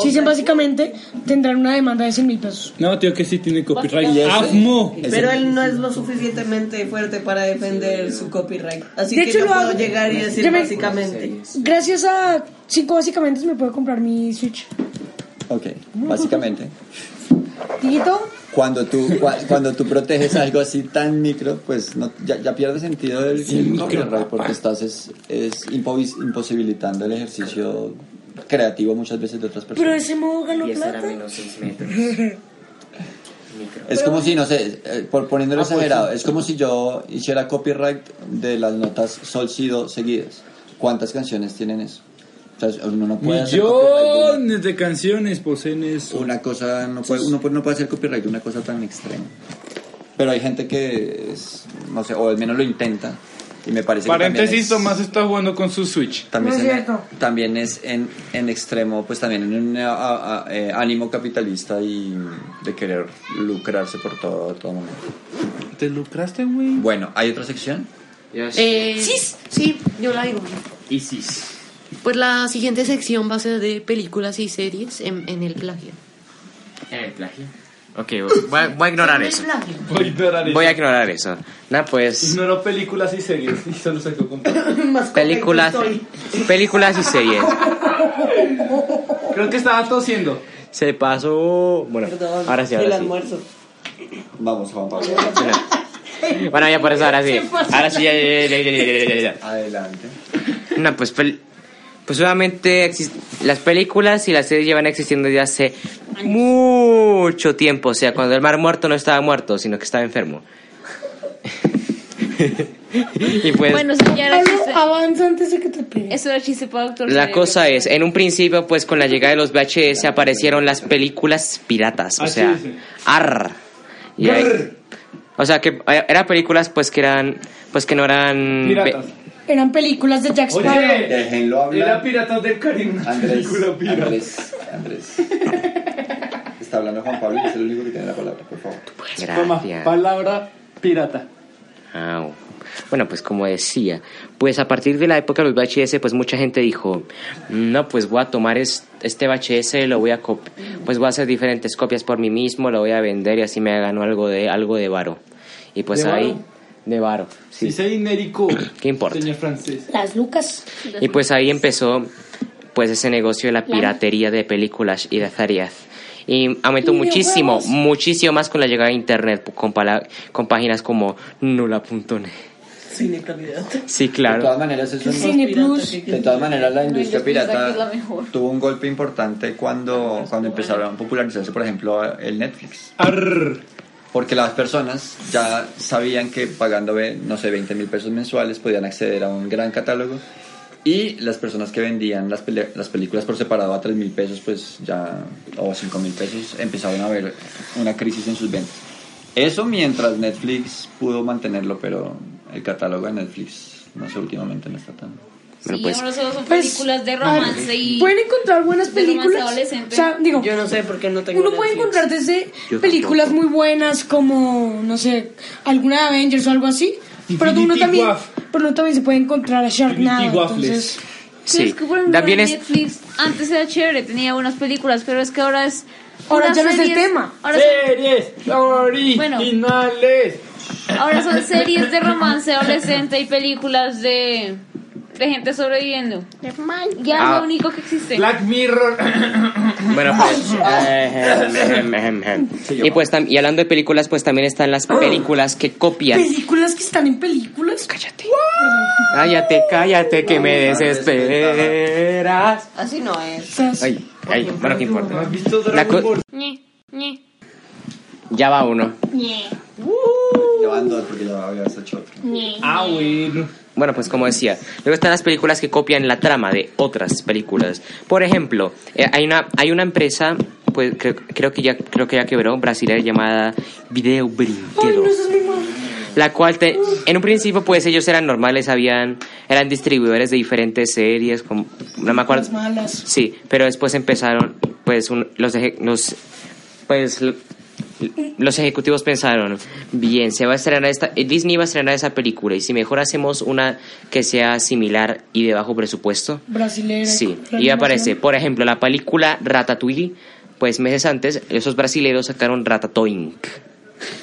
[SPEAKER 8] Si dicen básicamente, tendrán una demanda de 100 mil pesos.
[SPEAKER 2] No, tío, que sí tiene copyright. Ah,
[SPEAKER 3] Y ese-
[SPEAKER 2] ¡Afmo!
[SPEAKER 3] ese-
[SPEAKER 7] Pero él no es lo suficientemente fuerte para defender su copyright. Así
[SPEAKER 8] De
[SPEAKER 7] que
[SPEAKER 8] hecho,
[SPEAKER 7] yo
[SPEAKER 8] lo
[SPEAKER 7] puedo
[SPEAKER 8] hago.
[SPEAKER 7] llegar y decir
[SPEAKER 8] Yo me-
[SPEAKER 7] básicamente.
[SPEAKER 8] Gracias a 5 básicamente me puedo comprar mi Switch.
[SPEAKER 3] Ok, básicamente.
[SPEAKER 8] Tiguito,
[SPEAKER 3] Cuando tú, cua- cuando tú proteges algo así tan micro, pues no, ya, ya pierde sentido el, el copyright porque estás es, es impovis- imposibilitando el ejercicio creativo muchas veces de otras
[SPEAKER 8] pero
[SPEAKER 3] personas.
[SPEAKER 8] ese modo ganó
[SPEAKER 5] Y esa era
[SPEAKER 8] plata.
[SPEAKER 5] menos 6 metros. micro.
[SPEAKER 3] Es como si, no sé, eh, por poniéndolo exagerado, es como si yo hiciera copyright de las notas sol, si, do seguidas. ¿Cuántas canciones tienen eso? O sea, uno no puede hacer copyright de
[SPEAKER 2] Millones de canciones poseen eso.
[SPEAKER 3] una, una cosa, no puede, uno puede- no puede hacer copyright de una cosa tan extrema. Pero hay gente que es, no sé, o al menos lo intenta. Y me parece
[SPEAKER 2] Paréntesis,
[SPEAKER 3] que también
[SPEAKER 2] Tomás
[SPEAKER 3] es,
[SPEAKER 2] está jugando con su Switch.
[SPEAKER 3] también
[SPEAKER 8] No
[SPEAKER 3] es,
[SPEAKER 8] es
[SPEAKER 3] en,
[SPEAKER 8] cierto.
[SPEAKER 3] también es en, en extremo, pues también en un a- a- eh, ánimo capitalista y de querer lucrarse por todo, todo momento.
[SPEAKER 2] ¿Te lucraste, güey?
[SPEAKER 3] Bueno, ¿hay otra sección?
[SPEAKER 5] Dios.
[SPEAKER 1] Eh,
[SPEAKER 8] Sis.
[SPEAKER 1] sí, yo la digo.
[SPEAKER 5] Isis.
[SPEAKER 1] Pues la siguiente sección va a ser de películas y series en, en el plagio.
[SPEAKER 5] ¿En el plagio? Ok, voy a, voy a ignorar
[SPEAKER 1] En el
[SPEAKER 5] eso.
[SPEAKER 1] plagio.
[SPEAKER 2] Voy a ignorar eso.
[SPEAKER 5] Voy a ignorar eso. Nada, pues.
[SPEAKER 2] Ignoró películas y series y solo sacó con
[SPEAKER 5] Películas. Películas y series.
[SPEAKER 2] Creo que estaba tosiendo.
[SPEAKER 5] Se pasó. Bueno,
[SPEAKER 7] Perdón,
[SPEAKER 5] ahora sí,
[SPEAKER 7] el
[SPEAKER 5] ahora sí.
[SPEAKER 7] almuerzo.
[SPEAKER 3] Vamos, Juan Pablo.
[SPEAKER 5] Bueno, ya por eso, ahora sí. Ahora sí, ya, ya, ya, ya, ya, ya, ya, ya.
[SPEAKER 3] Adelante.
[SPEAKER 5] No, pues, pel- pues obviamente exis- las películas y las series llevan existiendo desde hace mucho tiempo. O sea, cuando el mar muerto no estaba muerto, sino que estaba enfermo. y pues
[SPEAKER 6] Bueno, eso ya era chiste.
[SPEAKER 8] avanza antes de que te pegue.
[SPEAKER 6] Eso era chiste para doctor.
[SPEAKER 5] la cosa es, en un principio, pues con la llegada de los VHS aparecieron las películas piratas. O
[SPEAKER 2] Así
[SPEAKER 5] sea,
[SPEAKER 2] dice.
[SPEAKER 5] arr. Y ahí- o sea, que eh, eran películas pues que eran, pues que no eran...
[SPEAKER 2] Piratas.
[SPEAKER 5] ve-
[SPEAKER 8] Eran películas de Jack Sparrow.
[SPEAKER 2] Oye,
[SPEAKER 3] Déjenlo hablar.
[SPEAKER 2] era Piratas del Caribe. una
[SPEAKER 3] Andrés,
[SPEAKER 2] película pirata.
[SPEAKER 3] Andrés, Andrés. Está hablando Juan Pablo, que es el único que tiene la palabra, por favor.
[SPEAKER 2] Toma,
[SPEAKER 5] Gracias.
[SPEAKER 2] palabra pirata.
[SPEAKER 5] Au. Ah, Bueno, pues como decía, pues a partir de la época de los VHS, pues mucha gente dijo, no, pues voy a tomar es- este VHS, lo voy a cop- pues voy a hacer diferentes copias por mí mismo, lo voy a vender y así me gano algo de algo de varo. Y pues
[SPEAKER 2] ¿De
[SPEAKER 5] ahí
[SPEAKER 2] varo?
[SPEAKER 5] de varo, sí.
[SPEAKER 2] Si se dinerico.
[SPEAKER 5] ¿Qué importa?
[SPEAKER 2] Señor francés.
[SPEAKER 8] Las Lucas.
[SPEAKER 5] Y pues ahí empezó pues ese negocio de la piratería de películas y de series. Y aumentó muchísimo, muchísimo más con la llegada de internet pues, con, pala- con páginas como nula.net.
[SPEAKER 7] Cine calidad.
[SPEAKER 5] Sí,
[SPEAKER 3] De
[SPEAKER 5] claro.
[SPEAKER 3] todas maneras, es un-
[SPEAKER 8] Cine Plus.
[SPEAKER 3] de todas maneras la industria
[SPEAKER 6] yo pensaba que es la
[SPEAKER 3] pirata
[SPEAKER 6] mejor.
[SPEAKER 3] tuvo un golpe importante cuando, cuando empezaron a popularizarse, por ejemplo, el Netflix.
[SPEAKER 2] Arr.
[SPEAKER 3] Porque las personas ya sabían que pagando, ve- no sé, 20 mil pesos mensuales podían acceder a un gran catálogo. Y las personas que vendían las, pele- las películas por separado a 3 mil pesos, pues ya, o 5 mil pesos, empezaron a ver una crisis en sus ventas. Eso mientras Netflix pudo mantenerlo, pero el catálogo de Netflix, no sé, últimamente no está tan.
[SPEAKER 5] Bueno,
[SPEAKER 6] Sí,
[SPEAKER 5] pues-
[SPEAKER 6] ahora solo son
[SPEAKER 8] Pues,
[SPEAKER 6] películas de romance y.
[SPEAKER 8] Pueden encontrar buenas
[SPEAKER 6] de romance
[SPEAKER 8] películas.
[SPEAKER 6] adolescente.
[SPEAKER 8] O sea, digo,
[SPEAKER 7] Yo no sé por qué no tengo
[SPEAKER 8] uno puede
[SPEAKER 7] Netflix.
[SPEAKER 8] encontrar desde películas muy buenas como, no sé, alguna de Avengers o algo así. Pero
[SPEAKER 2] Infinity
[SPEAKER 8] uno también,
[SPEAKER 2] Waff.
[SPEAKER 8] pero uno también se puede encontrar a Sharknado.
[SPEAKER 2] Infinity Waffles.
[SPEAKER 8] Entonces,
[SPEAKER 6] Pero
[SPEAKER 5] Sí,
[SPEAKER 6] es que, por ejemplo,
[SPEAKER 5] también es...
[SPEAKER 6] Netflix antes era chévere, tenía buenas películas, pero es que ahora es.
[SPEAKER 8] Ahora
[SPEAKER 6] puras
[SPEAKER 8] ya no es el
[SPEAKER 6] series,
[SPEAKER 8] tema.
[SPEAKER 6] Ahora,
[SPEAKER 2] Series originales.
[SPEAKER 6] son, ahora son series de romance adolescente y películas de, de gente sobreviviendo. Ya
[SPEAKER 5] Ah.
[SPEAKER 6] es lo único que existe.
[SPEAKER 2] Black Mirror.
[SPEAKER 5] Bueno, pues... eh, ejem, ejem, ejem, ejem. y pues tam- y hablando de películas, pues también están las películas que copian.
[SPEAKER 8] películas que están en películas. Cállate.
[SPEAKER 5] Cállate, cállate, que me desesperas.
[SPEAKER 7] Así no es.
[SPEAKER 5] Ay, ay, bueno, ¿qué importa?
[SPEAKER 2] ¿Has visto
[SPEAKER 5] La
[SPEAKER 2] Dragon
[SPEAKER 5] co-
[SPEAKER 2] Ball?
[SPEAKER 5] Ya va uno.
[SPEAKER 3] Llevando, porque ya había hecho otro.
[SPEAKER 2] Ah, bueno.
[SPEAKER 5] Bueno, pues como decía, luego están las películas que copian la trama de otras películas. Por ejemplo, eh, hay una hay una empresa, pues creo, creo que ya creo que ya quebró, brasileña llamada Video Brinquedo. la cual te- en un principio pues ellos eran normales, habían eran distribuidores de diferentes series, como, no me acuerdo.
[SPEAKER 8] malas.
[SPEAKER 5] Sí, pero después empezaron pues un- los eje- los pues l- los ejecutivos pensaron, bien, se va a estrenar esta eh, Disney va a estrenar esa película y si mejor hacemos una que sea similar y de bajo presupuesto.
[SPEAKER 8] Brasilera.
[SPEAKER 5] Sí,
[SPEAKER 8] con
[SPEAKER 5] y aparece,
[SPEAKER 8] animación.
[SPEAKER 5] por ejemplo, la película Ratatouille, pues meses antes esos brasileños sacaron Ratatouille.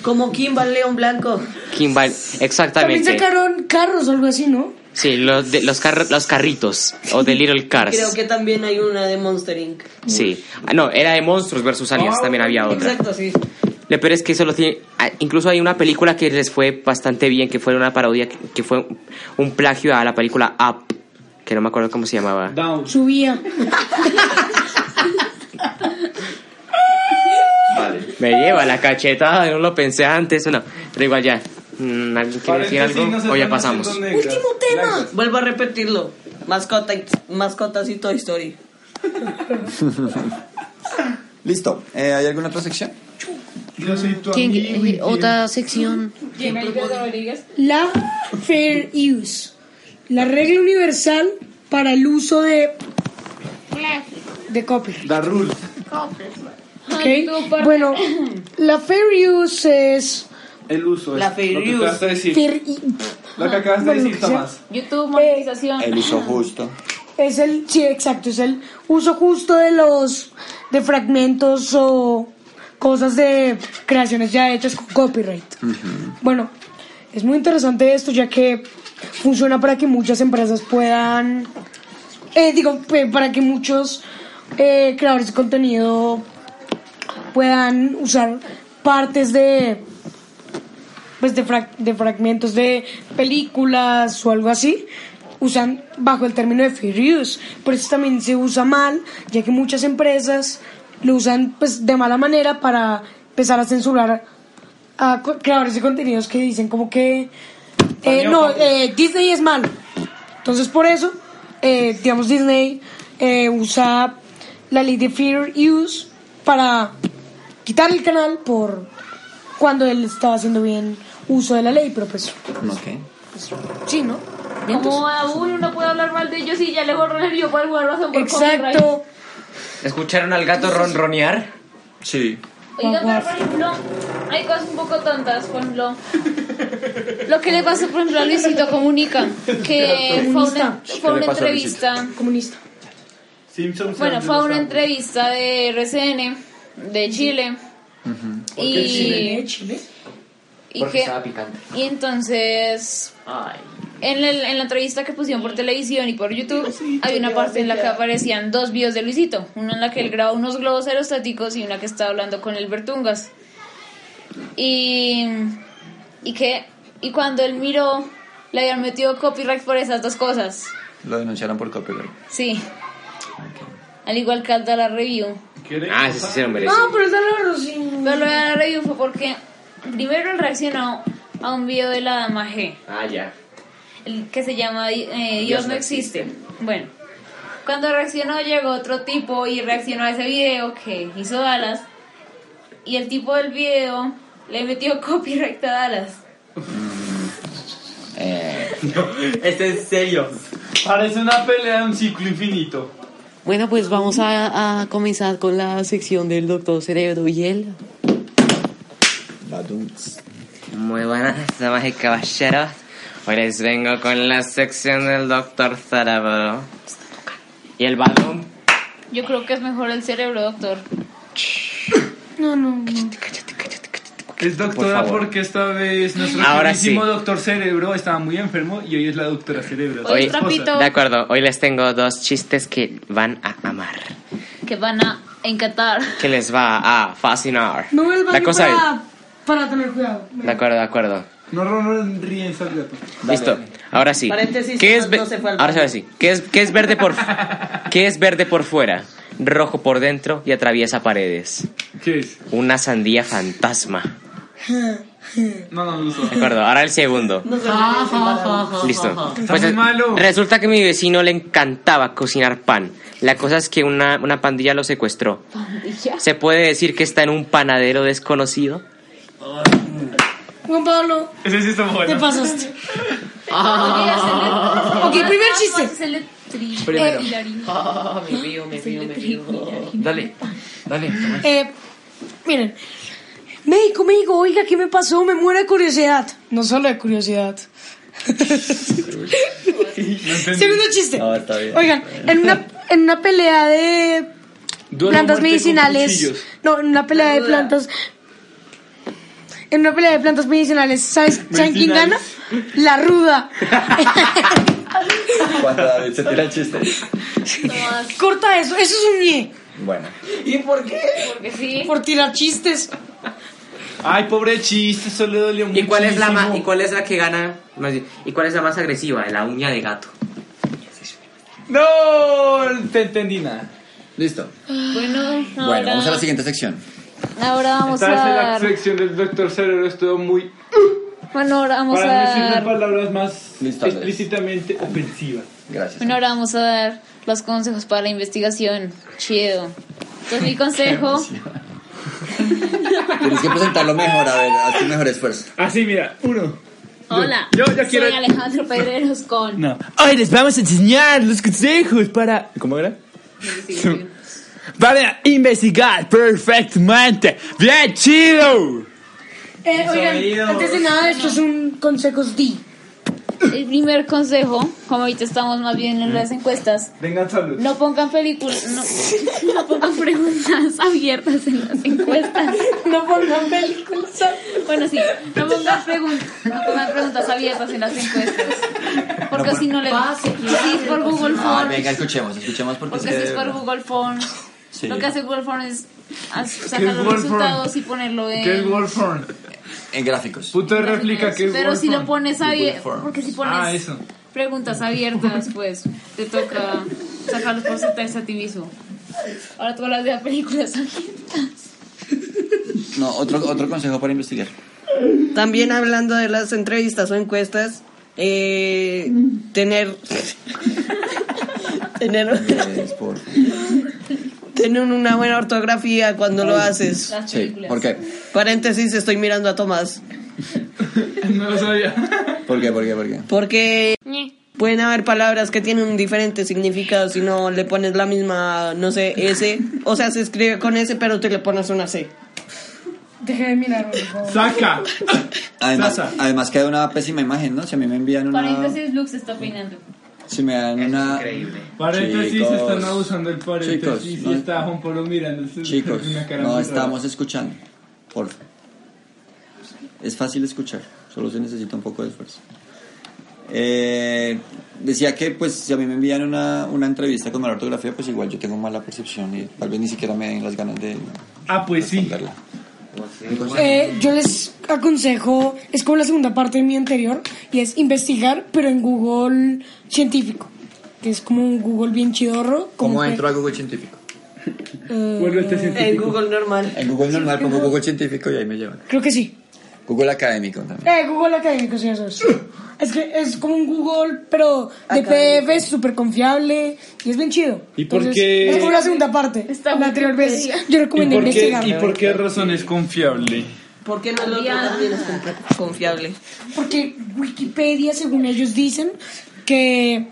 [SPEAKER 7] Como Kimball León Blanco.
[SPEAKER 5] Kimball,
[SPEAKER 8] También
[SPEAKER 5] exactamente.
[SPEAKER 8] sacaron carros o algo así, ¿no?
[SPEAKER 5] Sí, los de- los, carr- los carritos o de Little Cars.
[SPEAKER 7] Creo que también hay una de Monster Inc.
[SPEAKER 5] Sí. Ah, no, era de Monstruos versus Aliens, también había otra.
[SPEAKER 7] Exacto, sí.
[SPEAKER 5] Lo peor es que solo tiene. ah, Incluso hay una película que les fue bastante bien, que fue una parodia, que- que fue un- un plagio a la película Up, que no me acuerdo cómo se llamaba.
[SPEAKER 2] Down.
[SPEAKER 8] Subía.
[SPEAKER 3] Vale.
[SPEAKER 5] Me lleva la cachetada, no lo pensé antes, no. Pero igual ya. Mm, ¿Alguien quiere decir
[SPEAKER 2] Paréntesis,
[SPEAKER 5] algo?
[SPEAKER 2] no se
[SPEAKER 5] o ya
[SPEAKER 2] están
[SPEAKER 5] pasamos.
[SPEAKER 2] haciendo negras.
[SPEAKER 7] Último tema.
[SPEAKER 2] Blancas.
[SPEAKER 7] Vuelvo a repetirlo. Mascota y- mascotas y Toy Story.
[SPEAKER 3] Listo. Eh, ¿Hay alguna otra sección?
[SPEAKER 2] Yo soy tu
[SPEAKER 1] ¿Quién-
[SPEAKER 2] amigo y
[SPEAKER 1] eh, otra sección.
[SPEAKER 8] La fair use. La regla universal para el uso de. de copyright.
[SPEAKER 2] Da rule.
[SPEAKER 8] ¿ok? Bueno, la fair use es.
[SPEAKER 2] El uso.
[SPEAKER 7] La
[SPEAKER 2] es Lo que acabas de decir.
[SPEAKER 8] fair i-
[SPEAKER 2] Lo que acabas de
[SPEAKER 8] Bueno,
[SPEAKER 2] decir,
[SPEAKER 8] que sea.
[SPEAKER 2] Tomás.
[SPEAKER 8] eh,
[SPEAKER 6] YouTube, monetización.
[SPEAKER 3] El uso justo.
[SPEAKER 8] Es el, sí, exacto, es el uso justo de los, de fragmentos o cosas de creaciones ya hechas con copyright. Bueno, es muy interesante esto ya que funciona para que muchas empresas puedan, eh, digo, pe- para que muchos eh, creadores de contenido puedan usar partes de, pues de, frac- de fragmentos de películas o algo así, usan bajo el término de fair use. Por eso también se usa mal, ya que muchas empresas lo usan pues de mala manera para empezar a censurar a co- creadores de contenidos que dicen como que eh, no, eh, Disney es malo. Entonces por eso, eh, digamos, Disney eh, usa la ley de fair use para quitar el canal por cuando él estaba haciendo bien uso de la ley, pero pues
[SPEAKER 3] Ok.
[SPEAKER 8] sí, ¿no?
[SPEAKER 6] Como aún uno puede hablar mal de ellos y ya le borran el video por alguna razón por copyright.
[SPEAKER 8] pues. Exacto.
[SPEAKER 5] ¿Escucharon al gato ronronear?
[SPEAKER 3] Sí.
[SPEAKER 6] Oiga, pero por ejemplo, hay cosas un poco tontas, por ejemplo. Lo que le pasó, por ejemplo, a Luisito Comunica, que fue a una, fue a una entrevista.
[SPEAKER 8] Comunista.
[SPEAKER 2] Simpsons.
[SPEAKER 6] Bueno, fue a una entrevista de RCN de Chile. Y,
[SPEAKER 8] Chile?
[SPEAKER 6] y que- y entonces en, el- en la entrevista que pusieron por televisión y por YouTube hay una parte en la que aparecían dos videos de Luisito, una en la que él graba unos globos aerostáticos y una que está hablando con el Bertungas. Y, y que y cuando él miró le habían metido copyright por esas dos cosas.
[SPEAKER 3] Lo denunciaron por copyright.
[SPEAKER 6] Sí. Al igual que al de la review.
[SPEAKER 5] Ah, sí, sí, sí, hombre.
[SPEAKER 8] No, pero es verdad, sí.
[SPEAKER 6] Pero lo de la review fue porque primero él reaccionó a un video de la dama G.
[SPEAKER 5] Ah, ya.
[SPEAKER 6] el que se llama eh, Dios, no existe. Bueno, cuando reaccionó llegó otro tipo y reaccionó a ese video que hizo Dallas y el tipo del video le metió copyright a Dallas.
[SPEAKER 5] Es en serio.
[SPEAKER 2] Parece una pelea de un ciclo infinito.
[SPEAKER 1] Bueno, pues vamos a, a comenzar con la sección del doctor Cerebro y él.
[SPEAKER 3] Badunts.
[SPEAKER 5] Muy buenas, damas y caballeros. Hoy les vengo con la sección del Doctor Cerebro. Y el balón.
[SPEAKER 6] Yo creo que es mejor el cerebro, doctor.
[SPEAKER 2] El
[SPEAKER 5] Por
[SPEAKER 2] doctora,
[SPEAKER 5] favor.
[SPEAKER 2] porque esta vez nuestro
[SPEAKER 5] Ahora
[SPEAKER 2] queridísimo
[SPEAKER 5] sí.
[SPEAKER 2] doctor Cerebro estaba muy enfermo y hoy es la doctora Cerebro.
[SPEAKER 6] Hoy
[SPEAKER 5] Oye,
[SPEAKER 6] es trapito
[SPEAKER 5] De acuerdo, hoy les tengo dos chistes que van a amar.
[SPEAKER 6] que van a encantar.
[SPEAKER 5] Que les va a fascinar.
[SPEAKER 8] No vuelvas
[SPEAKER 5] la cosa es-
[SPEAKER 8] para, para tener cuidado.
[SPEAKER 5] De acuerdo, de acuerdo.
[SPEAKER 2] No, no, no ríen, sal gato.
[SPEAKER 5] Listo. Ahora sí.
[SPEAKER 7] Paréntesis,
[SPEAKER 5] ¿Qué
[SPEAKER 7] no-
[SPEAKER 5] es ve-
[SPEAKER 7] no se fue al
[SPEAKER 5] Ahora sí,
[SPEAKER 7] baño.
[SPEAKER 5] ahora sí. ¿Qué es, qué es verde por qué es verde por fuera, rojo por dentro y atraviesa paredes?
[SPEAKER 2] ¿Qué es?
[SPEAKER 5] Una sandía fantasma.
[SPEAKER 2] No, no, no.
[SPEAKER 5] De acuerdo. Ahora el segundo.
[SPEAKER 7] No se olviden sin parar.
[SPEAKER 5] Listo. Pues
[SPEAKER 2] muy malo.
[SPEAKER 5] Resulta que a mi vecino le encantaba cocinar pan. La cosa es que una, una pandilla lo secuestró. ¿Se puede decir que está en un panadero desconocido?
[SPEAKER 8] Juan Pablo,
[SPEAKER 2] Ese sí está
[SPEAKER 8] te
[SPEAKER 2] bueno.
[SPEAKER 8] pasaste.
[SPEAKER 6] ok,
[SPEAKER 8] Ok, primer
[SPEAKER 6] Ah,
[SPEAKER 8] chiste.
[SPEAKER 6] Primero.
[SPEAKER 8] Oh,
[SPEAKER 5] Dale, dale.
[SPEAKER 8] Eh, miren, médico, médico, oiga, ¿qué me pasó? Me muero de curiosidad. No solo de curiosidad. Segundo chiste.
[SPEAKER 3] No, está bien.
[SPEAKER 8] Oigan, en una, en una pelea de
[SPEAKER 2] Duelo a
[SPEAKER 8] plantas
[SPEAKER 2] muerte con
[SPEAKER 8] medicinales.
[SPEAKER 2] cuchillos.
[SPEAKER 8] No, en una pelea de plantas. En una pelea de plantas medicinales, ¿sabes ¿saben quién gana? La ruda.
[SPEAKER 3] Cuando David se tira el chiste.
[SPEAKER 8] Corta eso, eso es un ñe.
[SPEAKER 3] Bueno.
[SPEAKER 7] ¿Y por qué?
[SPEAKER 6] Porque sí.
[SPEAKER 8] Por tirar chistes.
[SPEAKER 2] Ay, pobre chiste, eso le dolió mucho.
[SPEAKER 5] ¿Y cuál, es la ma- ¿Y cuál es la que gana? más bien, ¿Y cuál es la más agresiva? La uña de gato.
[SPEAKER 2] No, te entendí nada.
[SPEAKER 3] Listo.
[SPEAKER 6] Bueno,
[SPEAKER 3] Bueno,
[SPEAKER 6] ahora
[SPEAKER 3] vamos a la siguiente sección.
[SPEAKER 6] Ahora vamos a
[SPEAKER 2] Esta vez en la
[SPEAKER 6] dar.
[SPEAKER 2] sección del Doctor Cerebro estuvo muy...
[SPEAKER 6] Bueno, ahora vamos a
[SPEAKER 2] para no decir
[SPEAKER 6] dar.
[SPEAKER 2] palabras más
[SPEAKER 3] Listo, Andrés.
[SPEAKER 2] explícitamente ofensivas.
[SPEAKER 3] Gracias.
[SPEAKER 6] Bueno, ahora vamos a dar los consejos para la investigación. Chido. Entonces, mi consejo.
[SPEAKER 3] Tienes que presentarlo mejor, a ver, haz tu mejor esfuerzo.
[SPEAKER 2] Así, Ah, mira, uno.
[SPEAKER 6] Hola.
[SPEAKER 2] Yo- yo quiero-
[SPEAKER 6] Soy Alejandro Pedreros con.
[SPEAKER 2] No. Hoy les vamos a enseñar los consejos para... ¿Cómo era? Para investigar perfectamente. ¡Bien chido!
[SPEAKER 8] Eh, oigan, antes de nada, esto es un consejos D.
[SPEAKER 6] El primer consejo, como ahorita estamos más bien en las encuestas,
[SPEAKER 2] Vengan, salud.
[SPEAKER 6] no pongan películas, no, no pongan preguntas abiertas en las encuestas.
[SPEAKER 8] No pongan películas.
[SPEAKER 6] Bueno, sí, no pongan, pregun- no pongan preguntas abiertas en las encuestas. Porque si no le si es por Google
[SPEAKER 3] Ah,
[SPEAKER 6] Forms,
[SPEAKER 3] venga, escuchemos, escuchemos porque
[SPEAKER 6] porque
[SPEAKER 2] Eh,
[SPEAKER 3] es
[SPEAKER 6] si
[SPEAKER 3] que-
[SPEAKER 6] es por Google Forms,
[SPEAKER 3] Sí.
[SPEAKER 6] lo que hace Google Forms es as- sacar los
[SPEAKER 2] Google
[SPEAKER 6] resultados y ponerlo en...
[SPEAKER 2] ¿Qué es Warform?
[SPEAKER 3] En gráficos.
[SPEAKER 2] Puta de réplica, ¿qué es
[SPEAKER 6] Pero si lo
[SPEAKER 2] Warform?
[SPEAKER 6] pones abierto,
[SPEAKER 3] Forms.
[SPEAKER 6] porque si pones
[SPEAKER 2] Ah, eso.
[SPEAKER 6] preguntas abiertas, pues te toca sacar los porcentajes a ti mismo. Ahora tú hablas de las películas abiertas.
[SPEAKER 3] No, otro, otro consejo para investigar.
[SPEAKER 7] También hablando de las entrevistas o encuestas, eh, tener. tener,
[SPEAKER 3] Es por...
[SPEAKER 7] tener una buena ortografía cuando lo haces.
[SPEAKER 6] Las
[SPEAKER 3] Sí,
[SPEAKER 6] películas.
[SPEAKER 3] ¿por qué?
[SPEAKER 7] Paréntesis, estoy mirando a Tomás.
[SPEAKER 2] No lo sabía.
[SPEAKER 3] ¿Por qué? ¿Por qué? ¿Por qué?
[SPEAKER 7] Porque pueden haber palabras que tienen un diferente significado si no le pones la misma, no sé, S. O sea, se escribe con S, pero tú le pones una C.
[SPEAKER 8] Deje de mirar, por favor.
[SPEAKER 2] ¡Saca!
[SPEAKER 3] Además,
[SPEAKER 2] Sasa.
[SPEAKER 3] además queda una pésima imagen, ¿no? Si a mí me envían una...
[SPEAKER 6] Paréntesis, Luke se está opinando.
[SPEAKER 3] Si me dan una...
[SPEAKER 2] Paréntesis,
[SPEAKER 3] Chicos.
[SPEAKER 2] están abusando el paréntesis
[SPEAKER 3] Chicos,
[SPEAKER 2] y
[SPEAKER 3] no.
[SPEAKER 2] está Juan Pablo mirando. Esto es
[SPEAKER 3] Chicos,
[SPEAKER 2] una cara muy
[SPEAKER 3] no
[SPEAKER 2] rara.
[SPEAKER 3] estamos escuchando. Por favor. Es fácil escuchar, solo se necesita un poco de esfuerzo. Eh, decía que, pues, si a mí me envían una, una entrevista con mala ortografía, pues igual yo tengo mala percepción y tal vez ni siquiera me den las ganas de
[SPEAKER 2] Ah, pues sí.
[SPEAKER 3] responderla.
[SPEAKER 8] Eh, yo les aconsejo, es como la segunda parte de mi anterior, y es investigar, pero en Google científico, que es como un Google bien chidorro. como que-
[SPEAKER 3] a Google Científico?
[SPEAKER 2] Vuelve este
[SPEAKER 8] Eh,
[SPEAKER 2] científico.
[SPEAKER 7] En Google normal.
[SPEAKER 3] En Google normal pongo Google Científico y ahí me llevan.
[SPEAKER 8] Creo que sí.
[SPEAKER 3] Google Académico también.
[SPEAKER 8] Eh, Google Académico, sí, eso es. Es que es como un Google, pero de PDF, súper confiable y es bien chido.
[SPEAKER 2] ¿Y por
[SPEAKER 8] Entonces,
[SPEAKER 2] qué-
[SPEAKER 8] Es como la segunda parte.
[SPEAKER 6] Está
[SPEAKER 8] la
[SPEAKER 6] muy
[SPEAKER 8] anterior vez.
[SPEAKER 6] Wikipedia.
[SPEAKER 8] Yo
[SPEAKER 2] ¿Y
[SPEAKER 8] recomiendo
[SPEAKER 2] por, qué,
[SPEAKER 8] investigar.
[SPEAKER 2] ¿Y por qué razón es confiable?
[SPEAKER 7] ¿Por qué no el otro también es confi- confiable?
[SPEAKER 8] Porque Wikipedia, según ellos dicen, que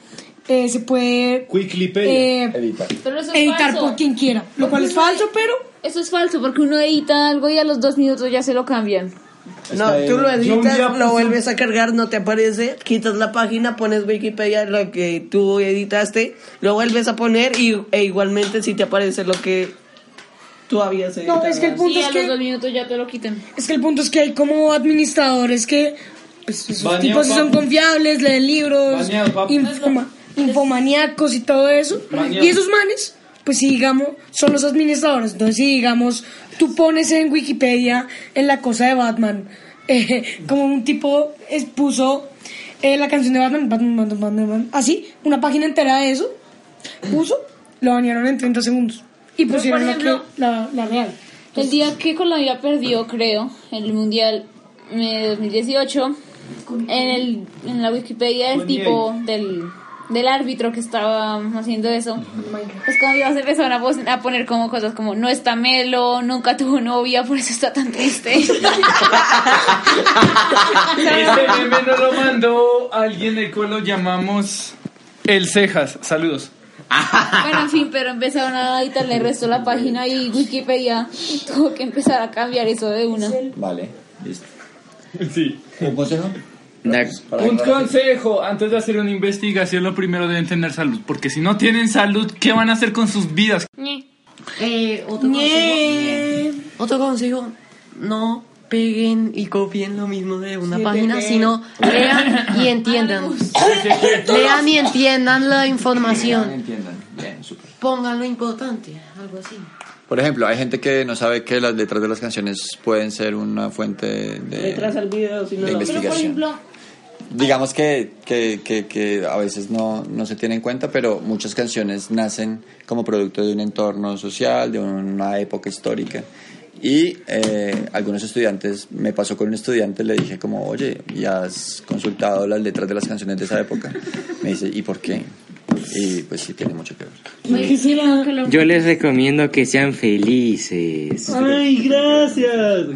[SPEAKER 8] eh, se puede
[SPEAKER 2] Wikipedia.
[SPEAKER 8] eh,
[SPEAKER 3] Edita.
[SPEAKER 6] Pero eso es
[SPEAKER 8] editar
[SPEAKER 6] falso.
[SPEAKER 8] por quien quiera. Lo cual es falso, pero
[SPEAKER 6] Eso es falso, porque uno edita algo y a los dos minutos ya se lo cambian.
[SPEAKER 7] No, tú lo
[SPEAKER 2] Yo un día
[SPEAKER 7] editas,
[SPEAKER 2] puse-
[SPEAKER 7] lo vuelves a cargar, no te aparece, quitas la página, pones Wikipedia, lo que tú editaste, lo vuelves a poner y, e igualmente si te aparece lo que tú habías editado.
[SPEAKER 8] no, es que el punto
[SPEAKER 6] Sí,
[SPEAKER 8] es
[SPEAKER 6] a los dos
[SPEAKER 8] que
[SPEAKER 6] minutos ya te lo quitan.
[SPEAKER 8] es que el punto es que hay como administradores que pues, esos
[SPEAKER 2] Banean,
[SPEAKER 8] tipos sí son
[SPEAKER 2] papu.
[SPEAKER 8] confiables, leen libros,
[SPEAKER 2] Banean, papu.
[SPEAKER 8] infoma- infomaníacos y todo eso.
[SPEAKER 2] Banean.
[SPEAKER 8] Y esos manes, pues si digamos, son los administradores. Entonces, si digamos, tú pones en Wikipedia en la cosa de Batman, eh, como un tipo es- puso eh, la canción de Batman, Batman, Batman, Batman, Batman, así, una página entera de eso, puso, lo bañaron en 30 segundos. Y
[SPEAKER 6] Pero, por
[SPEAKER 8] pusieron la, que-
[SPEAKER 6] ejemplo, Pues,
[SPEAKER 8] la, la real.
[SPEAKER 6] El día que Colombia perdió, creo, el Mundial eh, 2018, en, el, en la Wikipedia del tipo del, del árbitro que estaba haciendo eso, pues como ya se empezaron a, pos- a poner como cosas como no está Melo, nunca tuvo novia, por eso está tan triste.
[SPEAKER 2] Este meme nos lo mandó alguien del cual lo llamamos El Cejas. Saludos.
[SPEAKER 6] bueno, en fin, pero empezaron a editarle el resto de la página y Wikipedia tuvo que empezar a cambiar eso de una.
[SPEAKER 3] Vale, listo.
[SPEAKER 2] Sí.
[SPEAKER 3] ¿Un consejo?
[SPEAKER 2] Un consejo, antes de hacer una investigación, lo primero deben tener salud, porque si no tienen salud, ¿qué van a hacer con sus vidas?
[SPEAKER 1] Eh, otro consejo. Otro consejo. No peguen y copien lo mismo de una página, sino lean y entiendan. lean y entiendan la información.
[SPEAKER 3] Ah, Entiendan. Bien, súper.
[SPEAKER 1] Pongan lo importante, algo así.
[SPEAKER 3] Por ejemplo, hay gente que no sabe que las letras de las canciones pueden ser una fuente de...
[SPEAKER 7] Detrás al video, si no
[SPEAKER 3] de
[SPEAKER 7] lo
[SPEAKER 3] investigación. Digamos que, que- que- que a veces no, no se tiene en cuenta, pero muchas canciones nacen como producto de un entorno social, de una época histórica. Y eh, algunos estudiantes, me pasó con un estudiante, le dije como, oye, ¿y has consultado las letras de las canciones de esa época? Me dice, ¿y por qué? Y pues sí, tiene mucho que ver.
[SPEAKER 5] Yo les recomiendo que sean felices.
[SPEAKER 2] ¡Ay, gracias!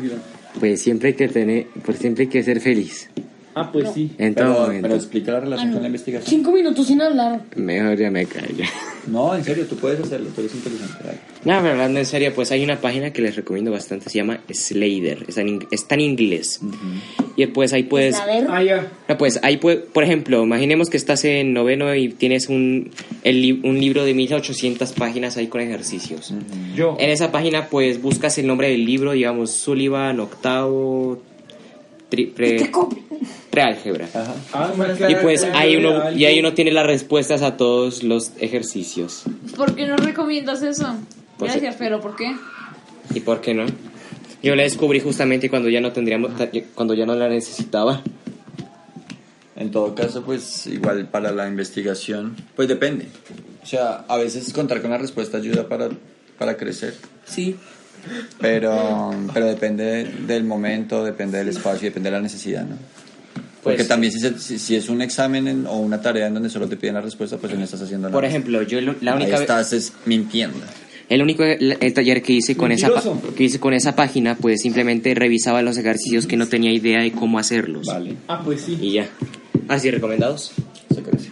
[SPEAKER 5] Pues siempre hay que tener, por siempre hay que ser feliz.
[SPEAKER 2] Ah, pues sí.
[SPEAKER 5] En todo
[SPEAKER 3] Pero,
[SPEAKER 5] momento.
[SPEAKER 3] pero explica la
[SPEAKER 7] Ah,
[SPEAKER 3] relación con la investigación.
[SPEAKER 8] Cinco minutos sin hablar.
[SPEAKER 5] Mejor ya me callo.
[SPEAKER 3] No, en serio, tú puedes hacerlo, tú eres inteligente. dale.
[SPEAKER 5] No, pero hablando en serio, pues hay una página que les recomiendo bastante, se llama Slader, está en, ing- está en inglés. Y pues ahí puedes...
[SPEAKER 2] Ah, ya.
[SPEAKER 5] No, pues ahí, pue- por ejemplo, imaginemos que estás en noveno y tienes un, el li- un libro de 1800 páginas ahí con ejercicios.
[SPEAKER 2] Yo.
[SPEAKER 8] Eh,
[SPEAKER 5] En esa página, pues buscas el nombre del libro, digamos Sullivan, octavo, tri- pre, preálgebra.
[SPEAKER 2] Ah,
[SPEAKER 5] Y pues ahí uno, y ahí uno tiene las respuestas a todos los ejercicios.
[SPEAKER 6] ¿Por qué no recomiendas eso?
[SPEAKER 5] Pues-
[SPEAKER 6] Gracias, pero ¿por qué?
[SPEAKER 5] ¿Y por qué no? Yo la descubrí justamente cuando ya no tendríamos, ta- cuando ya no la necesitaba.
[SPEAKER 3] En todo caso, pues igual para la investigación, pues depende. O sea, a veces contar con la respuesta ayuda para, para crecer,
[SPEAKER 7] Sí.
[SPEAKER 3] pero, pero depende del momento, depende del espacio, depende de la necesidad, ¿no? Porque
[SPEAKER 5] Pues,
[SPEAKER 3] también si, se- si, si es un examen en- o una tarea en donde solo te piden la respuesta, pues no estás haciendo nada.
[SPEAKER 5] Por ejemplo, yo lo- la única
[SPEAKER 3] Ahí
[SPEAKER 5] vez...
[SPEAKER 3] estás es mintiendo.
[SPEAKER 5] El único el el taller que hice con esa pa-
[SPEAKER 2] Mentiroso.
[SPEAKER 5] que hice con esa página, pues simplemente revisaba los ejercicios que no tenía idea de cómo hacerlos.
[SPEAKER 3] Vale.
[SPEAKER 2] Ah, pues sí.
[SPEAKER 5] Y ya. Así recomendados.
[SPEAKER 3] se crece.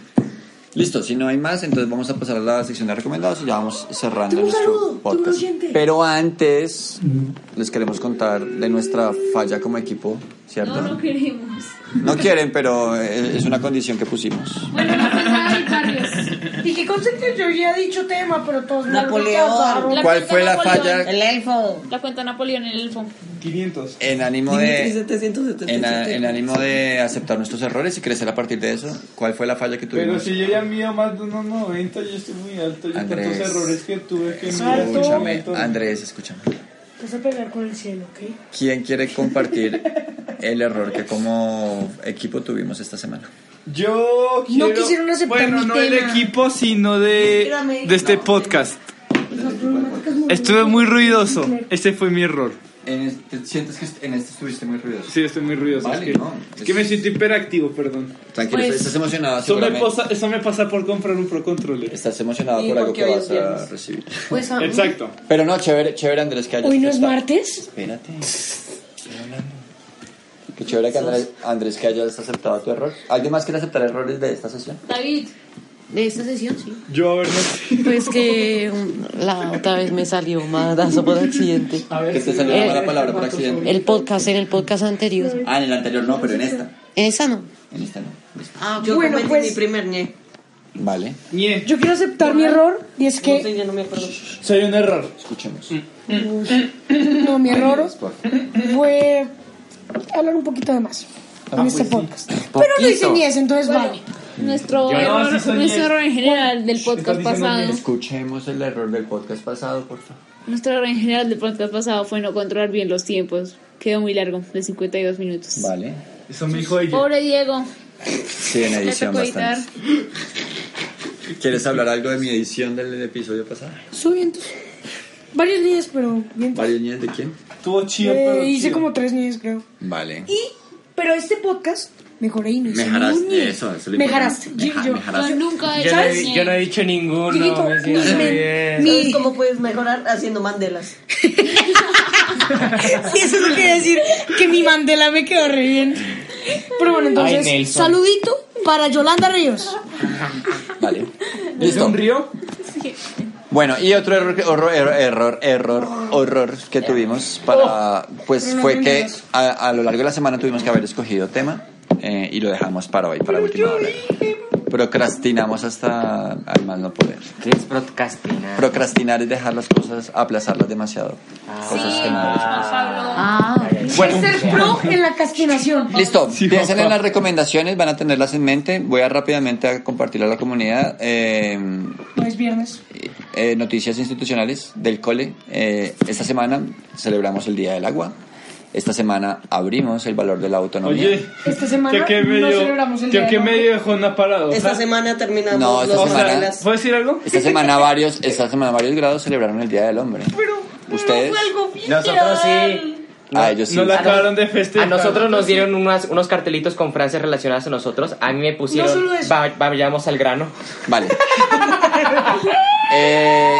[SPEAKER 3] Listo, si no hay más, entonces vamos a pasar a la sección de recomendados y ya vamos cerrando
[SPEAKER 8] Tengo un
[SPEAKER 3] nuestro
[SPEAKER 8] saludo, tengo un
[SPEAKER 3] podcast.
[SPEAKER 8] oyente.
[SPEAKER 3] Pero antes
[SPEAKER 2] Mm.
[SPEAKER 3] les queremos contar de nuestra falla como equipo, ¿cierto?
[SPEAKER 6] No, no queremos.
[SPEAKER 3] No quieren, pero eh, es una condición que pusimos.
[SPEAKER 6] Bueno, no sé nada de barrios.
[SPEAKER 8] Y que conste que yo ya he dicho tema, pero todos me han
[SPEAKER 7] Napoleón.
[SPEAKER 8] rechazado.
[SPEAKER 6] La
[SPEAKER 3] ¿Cuál
[SPEAKER 6] cuenta
[SPEAKER 3] fue la
[SPEAKER 6] Napoleón.
[SPEAKER 3] falla
[SPEAKER 7] El elfo.
[SPEAKER 6] La cuenta Napoleón en el fondo.
[SPEAKER 2] 500.
[SPEAKER 3] en ánimo
[SPEAKER 7] Dimitri
[SPEAKER 3] de
[SPEAKER 7] 777.
[SPEAKER 3] en, a- en ánimo de aceptar nuestros errores y crecer a partir de eso? ¿Cuál fue la falla que
[SPEAKER 2] Pero
[SPEAKER 3] tuvimos?
[SPEAKER 2] si yo ya mido más de unos 90, yo estoy muy alto. Yo
[SPEAKER 3] Andrés.
[SPEAKER 2] tantos errores que tuve que mirar.
[SPEAKER 3] Escúchame, Andrés, escúchame.
[SPEAKER 8] Vas a pegar con el cielo, ¿ok?
[SPEAKER 3] ¿Quién quiere compartir el error que como equipo tuvimos esta semana?
[SPEAKER 2] Yo quiero...
[SPEAKER 8] No quisieron aceptar
[SPEAKER 2] Bueno,
[SPEAKER 8] mi
[SPEAKER 2] no del
[SPEAKER 8] tema.
[SPEAKER 2] equipo, sino de,
[SPEAKER 8] Espérame.
[SPEAKER 2] de este podcast. Estuve muy ruidoso. Ese fue mi error.
[SPEAKER 3] ¿Sientes que en este estuviste muy ruidoso?
[SPEAKER 2] Sí, estoy muy ruidoso.
[SPEAKER 3] Vale,
[SPEAKER 2] es que,
[SPEAKER 3] no.
[SPEAKER 2] es que me siento hiperactivo, perdón.
[SPEAKER 3] Tranquilo,
[SPEAKER 6] Pues-
[SPEAKER 3] estás emocionado
[SPEAKER 2] Eso me,
[SPEAKER 3] seguramente.
[SPEAKER 2] pasa, eso me pasa por comprar un Pro Controller.
[SPEAKER 3] Estás emocionado
[SPEAKER 7] Y
[SPEAKER 3] por algo
[SPEAKER 7] porque
[SPEAKER 3] que
[SPEAKER 7] hoy
[SPEAKER 3] vas
[SPEAKER 7] es
[SPEAKER 3] a
[SPEAKER 7] viernes.
[SPEAKER 3] recibir.
[SPEAKER 8] Pues
[SPEAKER 2] ah, Exacto.
[SPEAKER 3] Pero no, chévere, chévere Andrés que hayas
[SPEAKER 8] ¿Hoy no es
[SPEAKER 3] prestado-
[SPEAKER 8] martes?
[SPEAKER 3] Espérate. estoy hablando. Qué chévere que Andrés, Andrés que hayas aceptado tu error. ¿Alguien más quiere aceptar errores de esta sesión?
[SPEAKER 6] David,
[SPEAKER 1] De esta sesión, sí.
[SPEAKER 2] Yo, a ver,
[SPEAKER 1] Pues que um, la otra vez me salió madazo por accidente.
[SPEAKER 3] Que te salió una
[SPEAKER 1] Eh,
[SPEAKER 3] mala palabra por accidente.
[SPEAKER 1] El podcast, en el podcast anterior.
[SPEAKER 3] Ah, en el anterior no, pero en esta.
[SPEAKER 1] En esa no.
[SPEAKER 3] En esta no.
[SPEAKER 7] Yo
[SPEAKER 8] Bueno,
[SPEAKER 7] cometí
[SPEAKER 8] pues-
[SPEAKER 7] mi primer ñe.
[SPEAKER 3] Vale,
[SPEAKER 2] ñe.
[SPEAKER 8] Yo quiero aceptar mi error y es
[SPEAKER 7] No
[SPEAKER 8] que
[SPEAKER 7] sé, ya no me acuerdo.
[SPEAKER 2] Soy un error.
[SPEAKER 3] escuchemos.
[SPEAKER 8] no mi error
[SPEAKER 3] Por-
[SPEAKER 8] fue hablar un poquito de más
[SPEAKER 3] Ah,
[SPEAKER 8] en este
[SPEAKER 3] pues
[SPEAKER 8] podcast. Pero no hice
[SPEAKER 5] Poquito.
[SPEAKER 8] ni eso, entonces
[SPEAKER 6] Bueno.
[SPEAKER 8] vale.
[SPEAKER 2] Yo
[SPEAKER 6] nuestro
[SPEAKER 2] no,
[SPEAKER 6] error,
[SPEAKER 2] sí soy
[SPEAKER 6] nuestro
[SPEAKER 2] el-
[SPEAKER 6] error en general del podcast
[SPEAKER 2] diciendo
[SPEAKER 6] pasado.
[SPEAKER 3] Escuchemos el error del podcast pasado, por favor.
[SPEAKER 6] Nuestro error en general del podcast pasado fue no controlar bien los tiempos. Quedó muy largo, de 52 minutos.
[SPEAKER 3] Vale.
[SPEAKER 2] Eso me dijo ella.
[SPEAKER 6] Pobre Diego,
[SPEAKER 3] Sí, en
[SPEAKER 6] le
[SPEAKER 3] edición
[SPEAKER 6] tocó editar.
[SPEAKER 3] bastante. ¿Quieres hablar algo de mi edición del episodio pasado?
[SPEAKER 8] Subí entonces. Varios días, pero bien.
[SPEAKER 3] ¿Varios niños de quién?
[SPEAKER 2] Estuvo chido, pero
[SPEAKER 8] Eh, hice
[SPEAKER 2] chido.
[SPEAKER 8] como tres niños, creo.
[SPEAKER 3] Vale.
[SPEAKER 8] Y, pero este podcast mejoré y no hice
[SPEAKER 3] Me jaraste,
[SPEAKER 8] ni un ñe.
[SPEAKER 3] eso, eso es lo
[SPEAKER 8] Me
[SPEAKER 3] importante.
[SPEAKER 8] jaraste.
[SPEAKER 3] Me ja-
[SPEAKER 8] yo,
[SPEAKER 3] me
[SPEAKER 6] Yo
[SPEAKER 3] jaraste.
[SPEAKER 6] nunca he
[SPEAKER 5] Yo no,
[SPEAKER 6] hecho
[SPEAKER 5] he, yo no he dicho ninguno.
[SPEAKER 8] Dieguito,
[SPEAKER 5] me siento
[SPEAKER 8] mi-
[SPEAKER 5] bien.
[SPEAKER 7] ¿Sabes cómo puedes mejorar haciendo mandelas?
[SPEAKER 8] Sí, eso es lo que quería decir. Que mi mandela me quedó re bien. Pero bueno, entonces,
[SPEAKER 5] Ay, Nelson.
[SPEAKER 8] saludito para Yolanda Ríos.
[SPEAKER 3] Vale.
[SPEAKER 2] ¿Es
[SPEAKER 3] Listo.
[SPEAKER 2] un río?
[SPEAKER 3] Bueno, y otro error, que- horror, error, error, error, horror que tuvimos para, pues fue que a, a lo largo de la semana tuvimos que haber escogido tema eh, y lo dejamos para hoy, para última hora. Procrastinamos hasta al más no poder.
[SPEAKER 5] ¿Qué es Ah. procrastinar?
[SPEAKER 3] Procrastinar es dejar las cosas, aplazarlas demasiado.
[SPEAKER 6] Ah,
[SPEAKER 3] Cosas que no debes.
[SPEAKER 1] Ah,
[SPEAKER 3] Bueno,
[SPEAKER 8] Ser pro en la castinación.
[SPEAKER 3] Listo,
[SPEAKER 2] Sí,
[SPEAKER 3] piensen
[SPEAKER 2] papá.
[SPEAKER 3] en las recomendaciones, van a tenerlas en mente. Voy a rápidamente a compartir a la comunidad. eh,
[SPEAKER 8] No es viernes.
[SPEAKER 3] Eh, noticias institucionales del cole. Eh, esta semana celebramos el Día del Agua. Esta semana abrimos el valor de la autonomía.
[SPEAKER 2] Oye,
[SPEAKER 8] Esta semana
[SPEAKER 2] ¿qué que
[SPEAKER 8] no
[SPEAKER 2] me dio-
[SPEAKER 8] celebramos el
[SPEAKER 2] qué
[SPEAKER 8] día
[SPEAKER 2] que
[SPEAKER 8] del
[SPEAKER 2] me
[SPEAKER 8] hombre.
[SPEAKER 2] dejó una parada?
[SPEAKER 7] Esta semana terminamos
[SPEAKER 3] No, esta
[SPEAKER 7] los
[SPEAKER 3] semana-
[SPEAKER 7] mandelas.
[SPEAKER 2] ¿Puedo decir algo?
[SPEAKER 3] Esta semana varios, esta semana varios grados celebraron el Día del Hombre.
[SPEAKER 8] Pero
[SPEAKER 3] ¿Ustedes?
[SPEAKER 8] fue algo oficial.
[SPEAKER 5] Nosotros sí.
[SPEAKER 3] Ah, ellos sí.
[SPEAKER 2] No la
[SPEAKER 5] A nos-
[SPEAKER 2] acabaron de
[SPEAKER 5] A
[SPEAKER 2] festejar.
[SPEAKER 5] nosotros nos dieron unas- unos cartelitos con frases relacionadas a nosotros. A mí me pusieron.
[SPEAKER 8] No solo eso.
[SPEAKER 5] "Va- vayamos al grano.
[SPEAKER 3] Vale. Eh,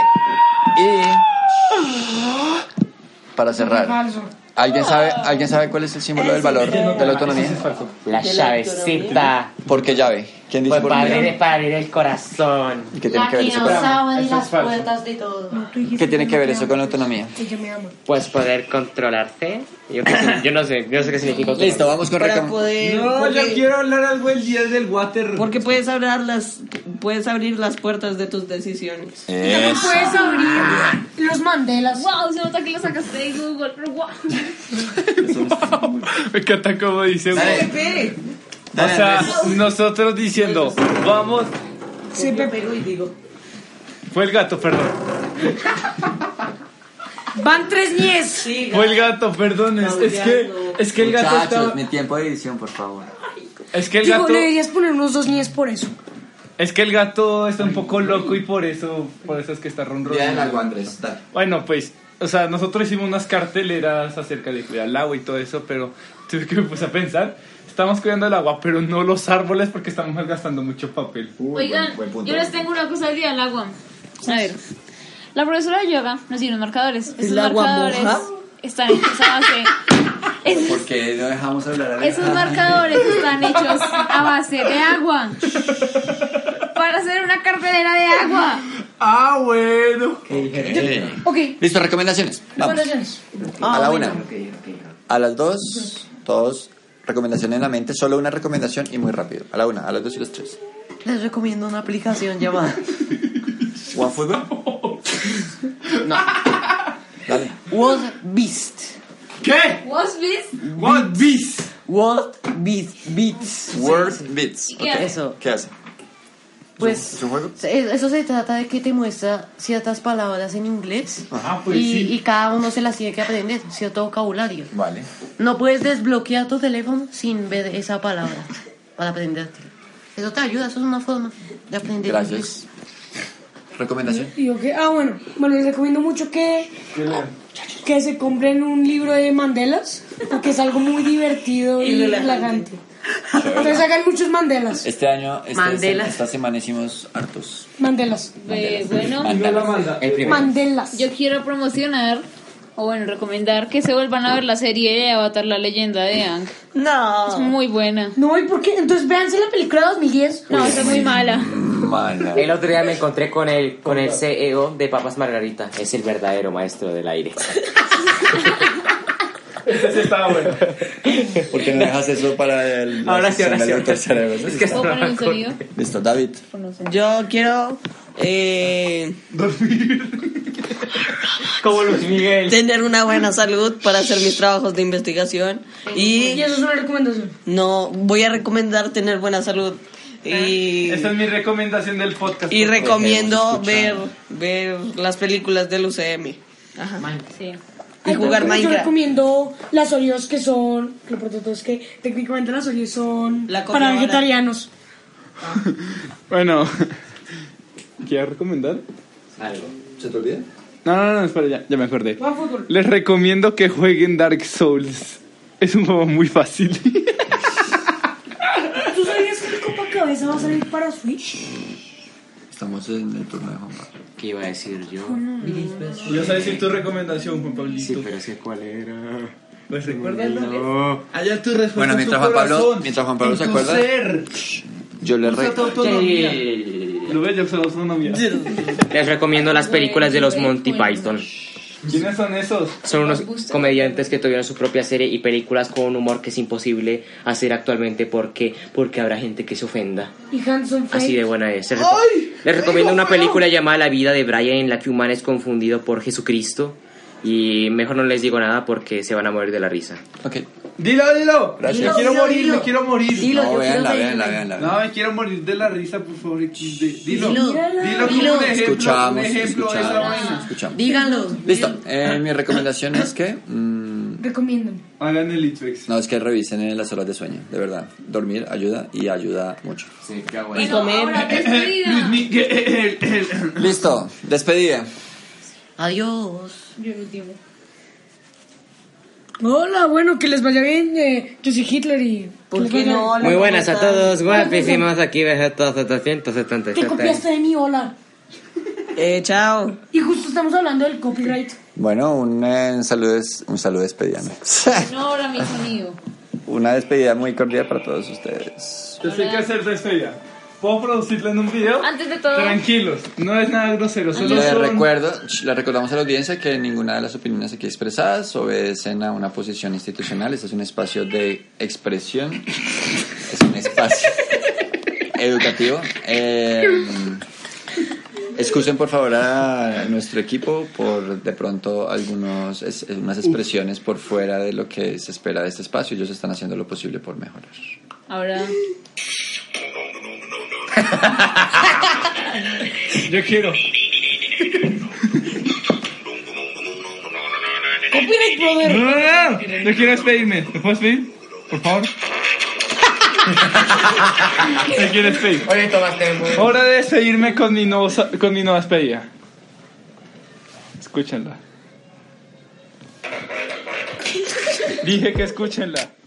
[SPEAKER 3] y para cerrar,
[SPEAKER 8] Falso.
[SPEAKER 3] ¿alguien sabe, ¿alguien sabe cuál es el símbolo del valor de la autonomía?
[SPEAKER 5] La llavecita.
[SPEAKER 3] Porque llave. ¿Quién dice
[SPEAKER 5] Pues
[SPEAKER 3] por
[SPEAKER 5] para abrir,
[SPEAKER 3] qué?
[SPEAKER 5] para abrir el corazón.
[SPEAKER 3] ¿Y qué tiene que ver eso con,
[SPEAKER 1] sábana
[SPEAKER 2] Eso es falso.
[SPEAKER 1] de todo.
[SPEAKER 3] qué tiene que ver eso con la autonomía?
[SPEAKER 5] Pues poder controlarse. Yo, qué sé, yo no sé, yo no sé qué significa. autonomía.
[SPEAKER 3] Listo, vamos con
[SPEAKER 7] Para
[SPEAKER 3] recom-
[SPEAKER 7] poder.
[SPEAKER 4] No, yo
[SPEAKER 7] porque,
[SPEAKER 4] quiero hablar algo el día del water.
[SPEAKER 7] porque puedes abrir las, puedes abrir las puertas de tus decisiones.
[SPEAKER 8] También
[SPEAKER 3] Eso.
[SPEAKER 8] puedes abrir los mandelas.
[SPEAKER 6] Wow, se nota que lo sacaste de Google, pero wow.
[SPEAKER 2] Me encanta como dice. güey.
[SPEAKER 7] Pepe,
[SPEAKER 2] O sea, nosotros diciendo, vamos.
[SPEAKER 7] sí, Pepe, y digo.
[SPEAKER 2] Fue el gato, perdón.
[SPEAKER 8] Van tres niés.
[SPEAKER 7] Sí,
[SPEAKER 2] Fue el gato, perdón. Es, es que, es que el gato
[SPEAKER 3] Muchachos,
[SPEAKER 2] estaba.
[SPEAKER 3] mi tiempo de edición, por favor.
[SPEAKER 2] Es que el
[SPEAKER 8] Digo,
[SPEAKER 2] gato.
[SPEAKER 8] le deberías poner unos dos niés por eso.
[SPEAKER 2] Es que el gato está un poco loco y por eso, por eso es que está ronroneando.
[SPEAKER 3] Andrés. Dale.
[SPEAKER 2] Bueno, pues, o sea, nosotros hicimos unas carteleras acerca de cuidar el agua y todo eso, pero tuve que me puse a pensar. Estamos cuidando el agua, pero no los árboles porque estamos gastando mucho papel.
[SPEAKER 6] Oigan, yo les tengo una cosa al día del agua. A ver, la profesora de yoga nos dio unos marcadores. Estos
[SPEAKER 7] ¿El agua
[SPEAKER 6] marcadores
[SPEAKER 7] moja?
[SPEAKER 6] están hechos a base. es-
[SPEAKER 3] ¿Por qué no dejamos hablar a
[SPEAKER 6] esos marcadores están hechos a base de agua. Para hacer una cartelera de agua.
[SPEAKER 2] Ah, bueno.
[SPEAKER 8] Ok.
[SPEAKER 3] Listo, recomendaciones. Vamos.
[SPEAKER 8] Recomendaciones.
[SPEAKER 3] a la una. A las dos, todos, recomendación en la mente, solo una recomendación y muy rápido. A la una, a las dos y las tres.
[SPEAKER 1] Les recomiendo una aplicación llamada
[SPEAKER 3] ¿OneFootball?
[SPEAKER 1] No.
[SPEAKER 3] Dale.
[SPEAKER 1] What Beast.
[SPEAKER 2] ¿Qué?
[SPEAKER 6] ¿Vos ves?
[SPEAKER 2] What beast?
[SPEAKER 1] What Beast Beats.
[SPEAKER 3] Word Beats.
[SPEAKER 6] ¿Qué hace?
[SPEAKER 1] Eso.
[SPEAKER 3] ¿Qué hace?
[SPEAKER 1] Pues
[SPEAKER 3] ¿Es un juego?
[SPEAKER 1] se- eso se trata de que te muestra ciertas palabras en inglés
[SPEAKER 2] Ah,
[SPEAKER 1] y, y cada uno se las tiene que aprender, cierto vocabulario.
[SPEAKER 3] Vale.
[SPEAKER 1] No puedes desbloquear tu teléfono sin ver esa palabra para aprenderte. Eso te ayuda, eso es una forma de aprender inglés.
[SPEAKER 3] Gracias. Recomendación.
[SPEAKER 8] Y yo que- ah, bueno. Bueno, les recomiendo mucho que, que se compren un libro de mandelas, porque es algo muy divertido y,
[SPEAKER 7] Y relajante.
[SPEAKER 8] relajante. Entonces hagan muchos mandelas.
[SPEAKER 3] Este año, este-
[SPEAKER 1] Mandela.
[SPEAKER 3] esta semana hicimos hartos.
[SPEAKER 8] Mandelas.
[SPEAKER 6] Eh, bueno,
[SPEAKER 5] El primero.
[SPEAKER 8] Mandelas.
[SPEAKER 6] Yo quiero promocionar, o bueno, recomendar que se vuelvan a ver la serie de Avatar, la leyenda de Ang. Es
[SPEAKER 7] No.
[SPEAKER 6] muy buena.
[SPEAKER 8] No, ¿y por qué? Entonces véanse la película de 2010.
[SPEAKER 6] No, es muy mala.
[SPEAKER 3] Mala.
[SPEAKER 5] El otro día me encontré con el, con el CEO de Papas Margarita. Es el verdadero maestro del aire.
[SPEAKER 2] Ese sí estaba bueno.
[SPEAKER 3] ¿Por qué no dejas eso para el... la
[SPEAKER 5] Ahora sí, ahora
[SPEAKER 3] sesión
[SPEAKER 5] sí, ahora
[SPEAKER 3] del tercer año?
[SPEAKER 5] Es que
[SPEAKER 6] ¿Puedo poner un sonido?
[SPEAKER 3] Listo, David.
[SPEAKER 7] Yo quiero eh,
[SPEAKER 5] Como Luis Miguel.
[SPEAKER 7] tener una buena salud para hacer mis trabajos de investigación
[SPEAKER 8] Y
[SPEAKER 7] y
[SPEAKER 8] eso es una recomendación.
[SPEAKER 7] no voy a recomendar tener buena salud y,
[SPEAKER 2] Esta Ah, es mi recomendación del podcast.
[SPEAKER 7] y recomiendo ver ver las películas del UCM
[SPEAKER 6] Sí.
[SPEAKER 7] y jugar
[SPEAKER 8] Yo
[SPEAKER 7] Minecraft.
[SPEAKER 8] recomiendo las Oreos que son. Lo pronto es que técnicamente las Oreos son
[SPEAKER 7] La copia
[SPEAKER 8] para
[SPEAKER 7] barata.
[SPEAKER 8] vegetarianos.
[SPEAKER 2] Bueno, ¿quieres recomendar?
[SPEAKER 3] ¿Se te olvida?
[SPEAKER 2] No, no, no, espera, ya, ya me acordé.
[SPEAKER 8] Juega fútbol.
[SPEAKER 2] Les recomiendo que jueguen Dark Souls. Es un juego muy fácil.
[SPEAKER 8] ¿Tú sabías que el copa cabeza va a salir para Switch?
[SPEAKER 3] Estamos en el turno de Juan Pablo.
[SPEAKER 5] ¿Qué iba a decir yo?
[SPEAKER 2] Yo sabes si tu recomendación, Juan Pablito.
[SPEAKER 5] Sí, pero sé cuál era.
[SPEAKER 2] ¿Pues recuerdas?
[SPEAKER 5] Oh.
[SPEAKER 2] Allá tu respuesta
[SPEAKER 3] Bueno,
[SPEAKER 2] en
[SPEAKER 3] mientras
[SPEAKER 2] tu
[SPEAKER 3] Juan Pablo-
[SPEAKER 2] corazón,
[SPEAKER 3] mientras Juan Pablo
[SPEAKER 2] en
[SPEAKER 3] se
[SPEAKER 2] tu
[SPEAKER 3] acuerda.
[SPEAKER 2] ser.
[SPEAKER 3] Yo les
[SPEAKER 2] Usa tu
[SPEAKER 3] recomiendo...
[SPEAKER 2] autonomía. Lo ve, yo uso la autonomía.
[SPEAKER 5] Les recomiendo las películas de los Monty Python.
[SPEAKER 2] ¿Quiénes son esos?
[SPEAKER 5] Son unos comediantes que tuvieron su propia serie y películas con un humor que es imposible hacer actualmente porque porque habrá gente que se ofenda.
[SPEAKER 8] Y Hanson Fake.
[SPEAKER 5] Así de buena es. Les, reco- les recomiendo una película llamada La vida de Brian en la que un man es confundido por Jesucristo y mejor no les digo nada porque se van a morir de la risa.
[SPEAKER 3] Ok.
[SPEAKER 2] Dilo, dilo.
[SPEAKER 3] Gracias.
[SPEAKER 2] Me quiero
[SPEAKER 1] Dilo,
[SPEAKER 2] morir,
[SPEAKER 1] dilo.
[SPEAKER 2] me quiero morir.
[SPEAKER 1] Dilo,
[SPEAKER 3] No,
[SPEAKER 1] yo quiero
[SPEAKER 3] véanla,
[SPEAKER 1] saber-
[SPEAKER 3] véanla, véanla. véanla.
[SPEAKER 2] No, me quiero morir de la risa, por favor. XD. Dilo, dilo,
[SPEAKER 1] Dilo,
[SPEAKER 2] dilo como
[SPEAKER 1] dilo.
[SPEAKER 2] un ejemplo,
[SPEAKER 3] Escuchamos,
[SPEAKER 2] un ejemplo de esa
[SPEAKER 3] escuchamos,
[SPEAKER 2] vaina.
[SPEAKER 3] escuchamos.
[SPEAKER 1] Díganlo.
[SPEAKER 3] Listo. Eh, mi recomendación es que... mm,
[SPEAKER 8] Recomiéndame.
[SPEAKER 2] Hagan el Itvex.
[SPEAKER 3] no, es que revisen eh, las horas de sueño, de verdad. Dormir ayuda y ayuda mucho.
[SPEAKER 7] Y comer.
[SPEAKER 6] Ahora, despedida.
[SPEAKER 2] Luis Miguel.
[SPEAKER 3] Listo, despedida.
[SPEAKER 1] Adiós.
[SPEAKER 8] Yo no entiendo. Hola, bueno, que les vaya bien. eh, yo soy Hitler y.
[SPEAKER 7] ¿Por
[SPEAKER 8] que les
[SPEAKER 7] qué
[SPEAKER 8] vaya
[SPEAKER 7] no?
[SPEAKER 8] bien.
[SPEAKER 7] Hola,
[SPEAKER 5] Muy
[SPEAKER 7] ¿cómo
[SPEAKER 5] buenas a
[SPEAKER 7] están?
[SPEAKER 5] todos, guapísimos. Aquí ves a todos
[SPEAKER 8] Te copiaste
[SPEAKER 5] 777.
[SPEAKER 8] de mí, hola.
[SPEAKER 7] Eh, chao.
[SPEAKER 8] Y justo estamos hablando del copyright.
[SPEAKER 3] Bueno, un, eh, saludo, es- un saludo despedida. ¿no?
[SPEAKER 6] No, ahora mi sonido.
[SPEAKER 3] Una despedida muy cordial para todos ustedes.
[SPEAKER 2] Yo sé qué hacer de esto ya. ¿Puedo producirla en un video?
[SPEAKER 6] Antes de todo-
[SPEAKER 2] Tranquilos, no es nada grosero, solo
[SPEAKER 3] Les
[SPEAKER 2] son...
[SPEAKER 3] recuerdo, sh, le recordamos a la audiencia que ninguna de las opiniones aquí expresadas obedecen a una posición institucional. Este es un espacio de expresión. Es un espacio educativo. Eh, excusen por favor a nuestro equipo por de pronto algunos es- unas expresiones por fuera de lo que se espera de este espacio. Ellos están haciendo lo posible por mejorar.
[SPEAKER 6] Ahora.
[SPEAKER 2] Yo quiero.
[SPEAKER 8] Copyright, brother.
[SPEAKER 2] No, no, no, yo quiero despedirme. ¿Me puedes pedir? Por favor. ¿Me quieres pedir?
[SPEAKER 5] Oye, tomaste
[SPEAKER 2] Hora de despedirme con mi, nuevo sa- con mi nueva despedida. Escúchenla. Dije que escúchenla.